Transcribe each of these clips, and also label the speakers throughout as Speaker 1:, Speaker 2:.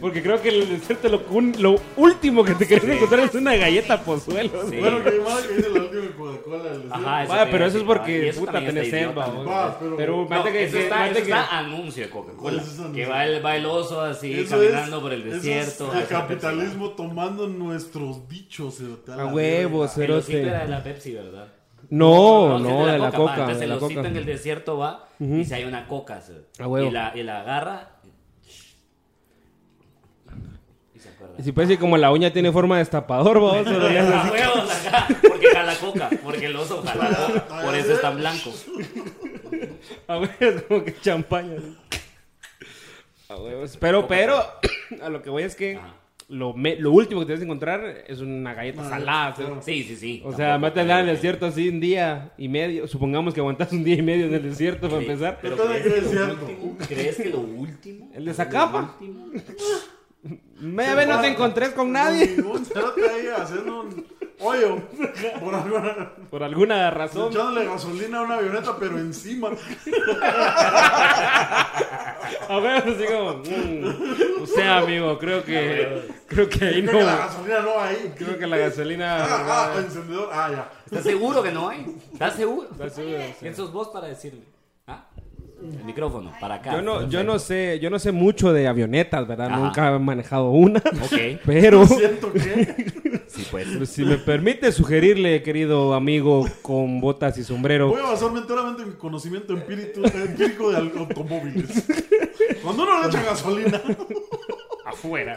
Speaker 1: Porque creo que el desierto lo, un- lo último que te querés encontrar es una galleta pozuelo.
Speaker 2: Sí.
Speaker 3: Bueno, que malo que hice la última Coca-Cola. del
Speaker 2: Ajá,
Speaker 3: desierto.
Speaker 1: Vaya, pero eso
Speaker 2: pedo,
Speaker 1: es
Speaker 2: sí,
Speaker 1: porque,
Speaker 2: y eso
Speaker 1: puta,
Speaker 2: también
Speaker 1: tenés
Speaker 2: está
Speaker 1: sed,
Speaker 2: idiota,
Speaker 1: vamos.
Speaker 2: ¿no?
Speaker 3: Va, pero-
Speaker 1: Pero,
Speaker 2: No,
Speaker 1: imagínate que,
Speaker 2: eso
Speaker 1: que-
Speaker 2: está,
Speaker 1: imagínate
Speaker 2: eso
Speaker 1: que-
Speaker 2: está anuncio de Coca-Cola.
Speaker 3: Eso es anuncio.
Speaker 2: Que va el, va el oso así
Speaker 3: Eso
Speaker 2: caminando
Speaker 3: es-
Speaker 2: por el
Speaker 3: eso es
Speaker 2: desierto.
Speaker 3: el capitalismo tomando nuestros dichos. cerote, la
Speaker 4: A huevos,
Speaker 3: verga.
Speaker 2: Pero el osito
Speaker 4: cerote.
Speaker 2: era de la Pepsi, ¿verdad?
Speaker 4: este- No,
Speaker 2: el
Speaker 4: no, de la
Speaker 2: va,
Speaker 4: coca.
Speaker 2: Entonces
Speaker 4: De
Speaker 2: el
Speaker 4: la
Speaker 2: osito
Speaker 4: coca.
Speaker 2: en el desierto va y se hay una coca. se-
Speaker 4: A huevo.
Speaker 2: Y la, y la agarra. Y se acuerda.
Speaker 4: Y Si parece como la uña tiene forma de destapador, vamos. se lo le hace
Speaker 2: A
Speaker 4: así.
Speaker 2: huevos acá, porque jala coca, porque el oso jala coca, por eso es tan blanco.
Speaker 4: A ver, es como que champaña. así. A huevos. Pero, pero, a lo que voy es que
Speaker 2: Ajá.
Speaker 4: lo, me- lo último que te vas a encontrar es una galleta
Speaker 3: Ah,
Speaker 4: salada. ¿sí?
Speaker 3: claro.
Speaker 2: Sí, sí, sí.
Speaker 4: O sea, más te dan en el desierto así un día y medio. Supongamos que aguantas un día y medio en el desierto para empezar.
Speaker 2: Pero
Speaker 3: Entonces,
Speaker 2: ¿crees que,
Speaker 3: ¿qué
Speaker 2: lo
Speaker 3: decían?
Speaker 2: último, ¿Crees que lo último?
Speaker 4: El de Zacapa.
Speaker 2: Lo último?
Speaker 4: Media vez no te encontrés con nadie.
Speaker 3: Y Un cerote ahí haciendo un hoyo. Por alguna.
Speaker 4: Por alguna razón.
Speaker 3: Echándole gasolina a una avioneta, pero encima.
Speaker 4: A ver, así como. mm, o sea, amigo, creo que. Creo que ahí
Speaker 3: Creo
Speaker 4: no.
Speaker 3: que la gasolina no ahí.
Speaker 4: Creo que la gasolina.
Speaker 3: Ah, ah, encendedor. Ah, ya.
Speaker 2: ¿Estás seguro que no hay? ¿Estás seguro?
Speaker 4: Está seguro, sí.
Speaker 2: ¿Quién sos vos para decirme? ¿Ah? El micrófono, para acá.
Speaker 4: Yo no, yo no sé, yo no sé mucho de avionetas, ¿verdad?
Speaker 2: Ajá.
Speaker 4: Nunca he manejado una.
Speaker 2: Ok.
Speaker 4: Pero
Speaker 3: Siento que.
Speaker 2: Sí, pues.
Speaker 4: si me permite sugerirle, querido amigo con botas y sombrero,
Speaker 3: Voy a basarme enteramente en mi conocimiento empírico, empírico de automóviles. Cuando uno le echa gasolina,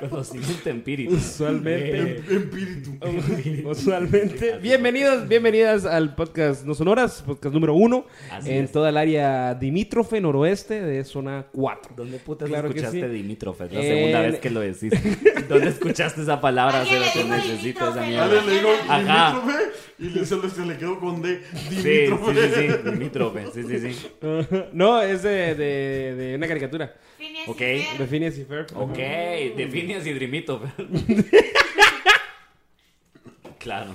Speaker 2: Conocimiento empírico.
Speaker 3: em,
Speaker 4: usualmente,
Speaker 3: empírico.
Speaker 4: usualmente. Bienvenidos, bienvenidas al podcast No Sonoras, podcast número uno,
Speaker 2: Así
Speaker 4: en
Speaker 2: es.
Speaker 4: toda el área dimítrofe noroeste de zona 4.
Speaker 2: ¿Dónde putas
Speaker 4: Claro que
Speaker 2: escuchaste
Speaker 4: sí.
Speaker 2: Dimitrof? Es la
Speaker 4: En-
Speaker 2: segunda vez que lo decís. ¿Dónde escuchaste esa palabra? Se
Speaker 5: Alguien
Speaker 2: lo
Speaker 5: le
Speaker 2: que
Speaker 5: dijo
Speaker 2: necesito esa
Speaker 5: Dimitrof,
Speaker 2: mierda.
Speaker 3: Ale le digo
Speaker 2: Ajá.
Speaker 3: Dimitrofe y le, se, le, se le quedó con D.
Speaker 2: Sí, sí,
Speaker 3: Dimitrofe.
Speaker 2: sí, sí, Dimitrofe, sí, sí, sí.
Speaker 4: No, es de, de- de una caricatura
Speaker 5: Phineas
Speaker 2: Ok.
Speaker 5: y
Speaker 4: de
Speaker 5: Ferb.
Speaker 4: Phineas y Ferb.
Speaker 2: Ok, de Phineas y Dimitrof. Claro.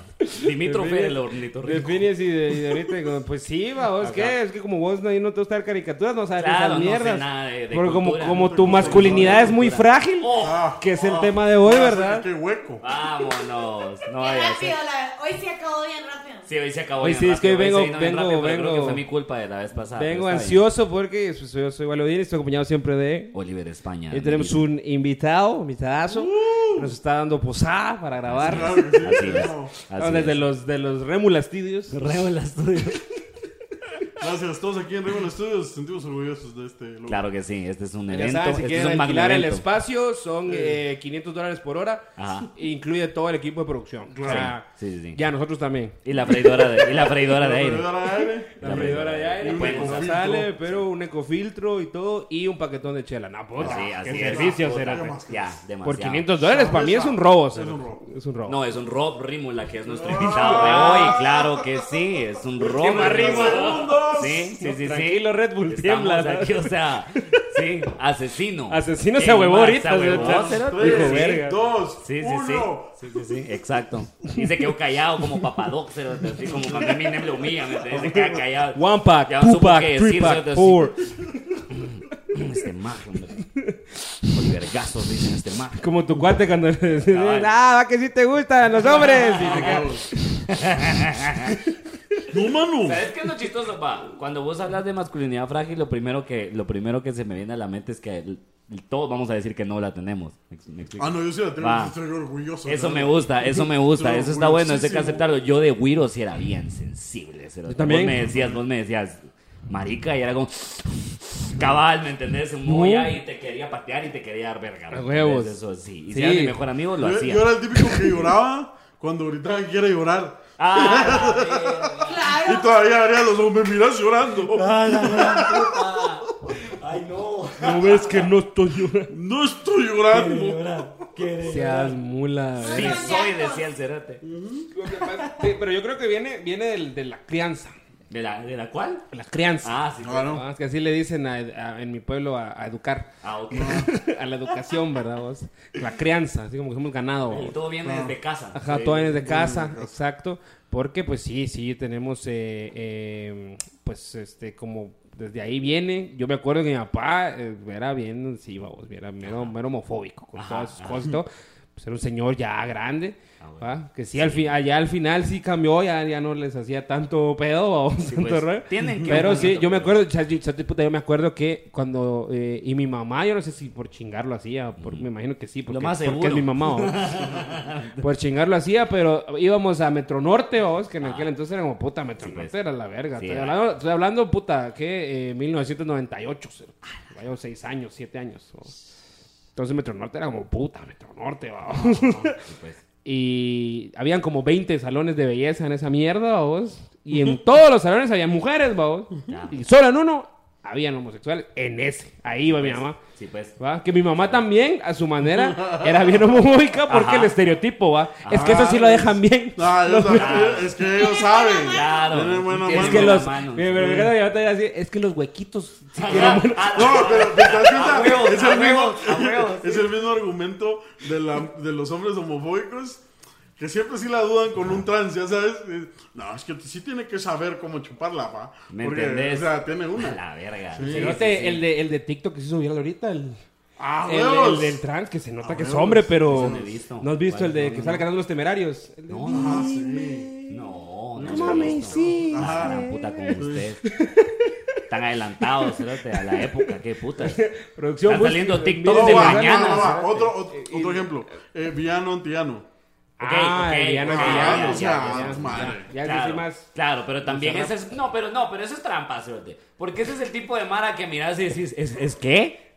Speaker 2: Dimitrof
Speaker 4: Phineas-
Speaker 2: el
Speaker 4: De
Speaker 2: ornitorrinco.
Speaker 4: Phineas y de, y de ahorita, como, pues sí, va, vos, ¿qué? Es que como vos no, no te gusta ver caricaturas, no sabes
Speaker 2: Claro,
Speaker 4: esas
Speaker 2: no sé
Speaker 4: mierdas.
Speaker 2: nada de- de
Speaker 4: Porque como,
Speaker 2: cultura,
Speaker 4: como
Speaker 2: no
Speaker 4: tu
Speaker 2: soy
Speaker 4: masculinidad es
Speaker 2: cultura.
Speaker 4: muy frágil,
Speaker 2: Oh,
Speaker 3: Ah,
Speaker 4: que es el
Speaker 3: ah,
Speaker 4: tema de hoy,
Speaker 3: ya sé
Speaker 4: ¿verdad?
Speaker 3: que Qué hueco.
Speaker 2: Ah, vámonos. No
Speaker 5: Qué
Speaker 2: vaya a ser.
Speaker 5: rápido, la... hoy se acabó bien rápido.
Speaker 2: Sí, hoy se acabó.
Speaker 4: Hoy
Speaker 2: bien
Speaker 4: sí, es que vengo-
Speaker 2: rápido, hoy se vino bien
Speaker 4: vengo-
Speaker 2: rápido, pero Creo que
Speaker 4: vengo-
Speaker 2: fue mi culpa de la vez pasada.
Speaker 4: Vengo
Speaker 2: pero está bien.
Speaker 4: ansioso porque pues, yo soy Valodín y estoy acompañado siempre de...
Speaker 2: Oliver España.
Speaker 4: Hoy tenemos
Speaker 2: bienvenido.
Speaker 4: un invitado, invitadazo,
Speaker 3: Uh.
Speaker 4: que nos está dando posada para grabar.
Speaker 3: Claro que sí,
Speaker 2: Así es.
Speaker 3: no.
Speaker 4: Ah,
Speaker 2: Así
Speaker 4: desde
Speaker 2: es.
Speaker 4: los, de los remulastidios.
Speaker 3: Gracias. Todos aquí en Raymond Studios nos sentimos orgullosos de este logo.
Speaker 2: Claro que sí, este es un
Speaker 4: Ya
Speaker 2: evento.
Speaker 4: saben, si
Speaker 2: este es un
Speaker 4: quieren alquilar el
Speaker 2: magnoevento.
Speaker 4: espacio, son eh, 500 dólares por hora.
Speaker 2: Ajá.
Speaker 4: e incluye todo el equipo de producción. O sea,
Speaker 2: Sí, sí, sí.
Speaker 4: Ya, nosotros también.
Speaker 2: Y la freidora de, y la freidora de aire.
Speaker 3: Pero dar aire.
Speaker 2: La freidora de aire,
Speaker 3: Un
Speaker 2: pues,
Speaker 3: ecofiltro.
Speaker 2: o sea,
Speaker 4: Sale, pero un ecofiltro y todo, y un paquetón de chela. No, puta,
Speaker 2: Así,
Speaker 4: qué
Speaker 2: así es.
Speaker 4: servicio
Speaker 2: Puta,
Speaker 4: será.
Speaker 3: Otra
Speaker 4: pues.
Speaker 3: más.
Speaker 2: Ya, demasiado.
Speaker 4: Por 500 dólares, para mí es un robo. será.
Speaker 3: un robo.
Speaker 4: Es un robo.
Speaker 2: No, es un Rob Rímula que es nuestro invitado de hoy. Claro que sí, es un Rob
Speaker 4: más
Speaker 2: Rímula.
Speaker 3: Segundos.
Speaker 2: Sí, sí, sí, sí.
Speaker 4: Tranquilo, Red Bull,
Speaker 2: Estamos
Speaker 4: tiembla. ¿no?
Speaker 2: aquí, o sea, sí, asesino.
Speaker 4: Asesino se
Speaker 2: ¿Quién
Speaker 4: huevó
Speaker 2: más
Speaker 4: ahorita.
Speaker 2: Se huevó,
Speaker 4: o sea,
Speaker 2: será?
Speaker 4: Hijo de
Speaker 3: Tres,
Speaker 4: verga.
Speaker 3: dos,
Speaker 2: Sí, sí, sí.
Speaker 3: uno.
Speaker 2: Sí, sí, sí. Exacto. Y se quedó callado como papadoc, se lo- así como cuando Eminem le humilla, ¿me entiendes? Se queda callado.
Speaker 4: One pack,
Speaker 2: Ya
Speaker 4: two
Speaker 2: supo
Speaker 4: pack,
Speaker 2: qué decir,
Speaker 4: three pack,
Speaker 2: ¿cierto?
Speaker 4: four.
Speaker 2: Este mar, hombre. Olivergazos, dicen este mar.
Speaker 4: Como tu cuate cuando le dices,
Speaker 2: Cabal.
Speaker 4: ah, va que sí te gustan los hombres. Y te quedas-
Speaker 3: No, mano.
Speaker 2: ¿Sabes qué es lo chistoso, pa? Cuando vos hablas de masculinidad frágil, lo primero que, lo primero que se me viene a la mente es que el- todos vamos a decir que no la tenemos. ¿Me ex- me explico?
Speaker 3: Ah, no, yo sí la tengo.
Speaker 2: Va.
Speaker 3: yo Estoy orgulloso.
Speaker 4: Pues,
Speaker 2: Eso
Speaker 3: ¿no?
Speaker 2: me gusta, eso me gusta,
Speaker 3: Pero
Speaker 2: eso está bueno, eso hay que
Speaker 3: orgullosísimo.
Speaker 2: aceptarlo. Yo de Wiro sí era bien sensible. cerote.
Speaker 4: Yo también.
Speaker 2: Vos me decías, vos me decías, marica, y era como cabal, ¿me entendés? Un moya y te quería patear y te quería dar verga. ¿me
Speaker 4: A huevos.
Speaker 2: entendés? Eso sí. Y
Speaker 4: Sí.
Speaker 2: si era mi mejor amigo, lo
Speaker 3: Yo,
Speaker 2: hacía.
Speaker 3: yo era el típico que lloraba cuando gritaban que quiere llorar.
Speaker 2: ¡Ah, la verga,
Speaker 3: Y
Speaker 5: Claro.
Speaker 3: todavía haría los ojos, me miras llorando.
Speaker 4: Ah.
Speaker 2: puta! ¡Ay, no!
Speaker 4: No ves que no estoy llorando.
Speaker 3: No estoy llorando.
Speaker 4: Seas mula.
Speaker 5: Sí.
Speaker 2: Sí,
Speaker 5: Son
Speaker 2: soy,
Speaker 5: llantos.
Speaker 2: decía el cerote.
Speaker 4: Sí, pero yo creo que viene, viene del- de la crianza.
Speaker 2: ¿De la, ¿De la cual?
Speaker 4: La crianza.
Speaker 2: Ah, sí.
Speaker 3: Claro.
Speaker 4: Ah, es que así le dicen a- a- en mi pueblo a, a educar.
Speaker 2: Ah, ok.
Speaker 4: a la educación, ¿verdad vos? La crianza, así como que somos ganado.
Speaker 2: Y
Speaker 4: vos.
Speaker 2: todo viene desde casa.
Speaker 4: Ajá,
Speaker 2: Sí.
Speaker 4: todo viene de casa, exacto. Porque pues sí, sí, tenemos eh, eh, pues este como Desde ahí viene. Yo me acuerdo que mi papá eh, era bien, sí, vamos, era mero, mero homofóbico con todas sus cosas y todo. Pues era un señor ya grande.
Speaker 2: Ah, bueno.
Speaker 4: ¿va? Que sí, Al fin, allá al final sí cambió, ya, ya no les hacía tanto pedo, vamos, tanto
Speaker 2: pues,
Speaker 4: rollo.
Speaker 2: tienen que
Speaker 4: ¿eh? Pero
Speaker 2: un
Speaker 4: sí,
Speaker 2: poquito,
Speaker 4: yo me
Speaker 2: pero-
Speaker 4: acuerdo, chas- chas- de puta, yo me acuerdo que cuando. eh, y mi mamá, yo no sé si por chingarlo hacía, por, me imagino que sí, porque,
Speaker 2: Mm. más
Speaker 4: porque es
Speaker 2: seguro.
Speaker 4: mi mamá, vamos. Por chingar lo hacía, pero íbamos a Metro Norte, vos, que en aquel entonces era como puta, Metro
Speaker 2: Ah. Sí,
Speaker 4: Norte
Speaker 2: pues.
Speaker 4: era la verga.
Speaker 2: Sí,
Speaker 4: estoy,
Speaker 2: era.
Speaker 4: hablando, estoy hablando, puta, que eh, 1998, cero. Vaya, seis años, siete años. vos. Entonces Metro Norte era como puta, Metro Norte, vamos.
Speaker 2: Sí, pues.
Speaker 4: Y habían como 20 salones de belleza en esa mierda, vos. Y en todos los salones había mujeres, vos.
Speaker 2: Ya.
Speaker 4: Y solo en uno habían homosexuales. En ese, ahí iba mi mamá.
Speaker 2: Sí, pues.
Speaker 4: ¿va? Que mi mamá también, a su manera, era bien homofóbica porque el estereotipo, ¿va? Es que eso sí lo dejan bien.
Speaker 3: Ah, yo también- es que ellos saben.
Speaker 2: Claro.
Speaker 3: Tienen buena
Speaker 2: Es
Speaker 4: Es
Speaker 3: mano.
Speaker 4: que
Speaker 2: Bueno,
Speaker 4: los.
Speaker 2: mano.
Speaker 4: Mira, pero me encanta que mi mamá te diga así, es que los huequitos. sí
Speaker 2: Ah,
Speaker 4: que eran buenos".
Speaker 3: No, pero ¿te das cuenta?
Speaker 2: A huevos,
Speaker 3: es, el
Speaker 2: a
Speaker 3: mismo,
Speaker 2: huevos, a huevos,
Speaker 3: es el mismo argumento de, la, de los hombres homofóbicos que siempre sí la dudan con un trans, ya sabes. Eh, No, es que sí tiene que saber cómo chuparla, va.
Speaker 2: ¿Me
Speaker 3: Porque,
Speaker 2: entendés?
Speaker 3: o sea, tiene
Speaker 2: A
Speaker 3: una.
Speaker 2: la verga.
Speaker 4: Se nota El, de, el de TikTok que se hizo viral ahorita, el,
Speaker 3: Ah,
Speaker 4: el, el
Speaker 3: huevos.
Speaker 4: del trans, que se nota
Speaker 3: Ah,
Speaker 4: que es
Speaker 3: huevos.
Speaker 4: hombre, pero.
Speaker 2: Ese no he visto.
Speaker 4: ¿No has visto
Speaker 2: ¿Cuál?
Speaker 4: el de
Speaker 2: No,
Speaker 4: que
Speaker 2: no,
Speaker 4: sale
Speaker 2: no.
Speaker 4: ganando los temerarios? El de-
Speaker 2: No, no.
Speaker 3: Ah, sí.
Speaker 2: No, no.
Speaker 4: No me hiciste.
Speaker 2: Ah, gran puta como usted. Tan adelantados, cerote, a la época, qué puta.
Speaker 4: Producción.
Speaker 2: Están
Speaker 4: busca-
Speaker 2: saliendo
Speaker 3: No,
Speaker 2: TikToks
Speaker 4: miren,
Speaker 2: de
Speaker 3: va,
Speaker 2: mañana,
Speaker 3: no, va,
Speaker 2: espérate.
Speaker 3: Otro, otro, otro ejemplo. Eh, Viano Antiano.
Speaker 4: Ah,
Speaker 2: Ok, ok,
Speaker 4: Diana
Speaker 2: ok,
Speaker 4: Diana,
Speaker 2: ya,
Speaker 3: o
Speaker 2: ya,
Speaker 3: sea,
Speaker 2: ya,
Speaker 3: es
Speaker 2: ya.
Speaker 3: madre.
Speaker 4: Ya
Speaker 2: claro,
Speaker 4: crecí más.
Speaker 2: claro, pero también
Speaker 4: Encerrado.
Speaker 2: ese es. No, pero no, pero eso es trampa, cerote. Porque ese es el tipo de mara que miras y decís, ¿es, es qué?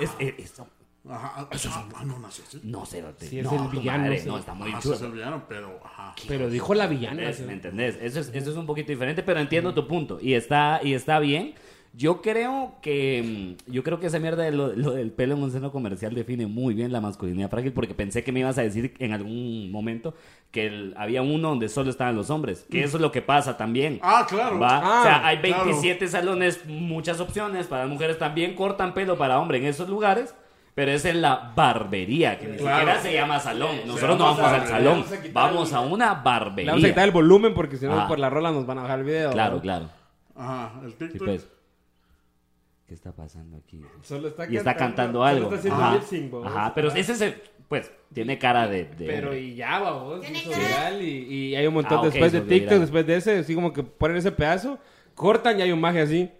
Speaker 2: Es, es- es-
Speaker 3: Ajá, eso es- ah, no nació así.
Speaker 2: no, cerote.
Speaker 4: Sí, es
Speaker 2: no,
Speaker 4: el
Speaker 2: tu
Speaker 4: villano,
Speaker 2: madre,
Speaker 4: sí.
Speaker 2: No, está muy
Speaker 3: Ah, eso es
Speaker 2: chulo.
Speaker 3: el Viano, pero ajá.
Speaker 4: Pero dijo la villana.
Speaker 2: ¿Entendés?
Speaker 4: ¿sí?
Speaker 2: Ah, ¿Me entendés? Eso es, eso es un poquito diferente, pero
Speaker 3: Mm.
Speaker 2: entiendo tu punto. Y está, y está bien. Yo creo que mm, yo creo que esa mierda de lo, lo del pelo en un seno comercial define muy bien la masculinidad frágil porque pensé que me ibas a decir en algún momento que el- había uno donde solo estaban los hombres, que eso es lo que pasa también.
Speaker 3: Mm. Ah, claro.
Speaker 2: ¿Va? o sea, hay
Speaker 3: claro.
Speaker 2: 27 salones, muchas opciones para las mujeres también cortan pelo para hombre en esos lugares, pero es en la barbería que ni
Speaker 3: Claro.
Speaker 2: siquiera se llama salón. Nosotros no
Speaker 3: vamos
Speaker 2: vamos
Speaker 3: a-
Speaker 2: al salón,
Speaker 3: vamos a quitar
Speaker 2: vamos a una
Speaker 4: Le
Speaker 2: barbería.
Speaker 4: vamos a quitar el volumen porque si no,
Speaker 2: Ah.
Speaker 4: por la rola nos van a bajar el video.
Speaker 2: Claro,
Speaker 4: ¿no?
Speaker 2: claro.
Speaker 3: Ajá, el
Speaker 2: Sí,
Speaker 3: TikTok.
Speaker 2: pues. ¿Qué está pasando aquí?
Speaker 4: Solo está
Speaker 2: Y está cantando algo.
Speaker 4: Solo está haciendo
Speaker 2: Ajá.
Speaker 4: lip sync, babos.
Speaker 2: Ajá, pero ese se, pues, tiene cara de. de-
Speaker 4: Pero y ya, babos.
Speaker 5: Tiene
Speaker 4: hizo
Speaker 5: cara-
Speaker 4: viral y, y hay un montón
Speaker 2: Ah, ok,
Speaker 4: después de
Speaker 2: hizo
Speaker 4: TikTok,
Speaker 2: viral.
Speaker 4: después de ese, así como que ponen ese pedazo, cortan y hay un maje así.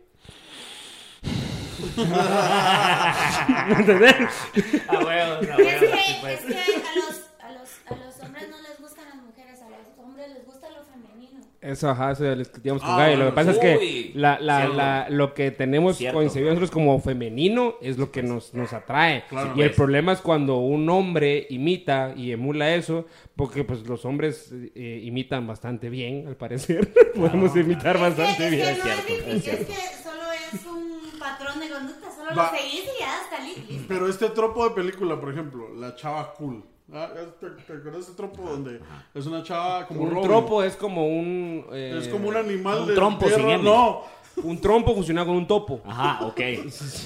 Speaker 2: Ah, huevo, ah,
Speaker 5: Es
Speaker 2: huevo, sí,
Speaker 5: que,
Speaker 2: pues.
Speaker 5: es que a, los, a, los, a los hombres no les gustan las mujeres, a los hombres les gusta lo femenino.
Speaker 4: Eso, ajá, eso ya les discutíamos con
Speaker 3: Ah,
Speaker 4: Gaby. Lo que
Speaker 3: bueno,
Speaker 4: pasa es que
Speaker 2: uy.
Speaker 4: la, la,
Speaker 2: Cierto.
Speaker 4: la- lo que tenemos
Speaker 2: Cierto.
Speaker 4: concebido nosotros como femenino es lo que nos, nos atrae.
Speaker 3: Claro.
Speaker 4: y el
Speaker 2: pues.
Speaker 4: problema es cuando un hombre imita y emula eso, porque pues los hombres eh, imitan bastante bien, al parecer. Podemos imitar bastante
Speaker 5: es que,
Speaker 4: bien.
Speaker 5: es que no es
Speaker 2: cierto,
Speaker 5: difícil,
Speaker 2: es cierto.
Speaker 5: es que solo es un patrón de conducta, solo
Speaker 3: Va.
Speaker 5: lo seguís y ya está li-
Speaker 2: Mm,
Speaker 5: listo.
Speaker 3: Pero este tropo de película, por ejemplo, la chava cool. Ah, ¿Te, te acuerdas de este tropo donde es una chava como
Speaker 4: un
Speaker 3: Robin?
Speaker 4: tropo es como un... eh,
Speaker 3: Es como un animal
Speaker 2: un
Speaker 3: de
Speaker 2: trompo sin
Speaker 3: tierra.
Speaker 2: M.
Speaker 3: No,
Speaker 4: Un trompo fusionado con un topo.
Speaker 2: Ajá, ok.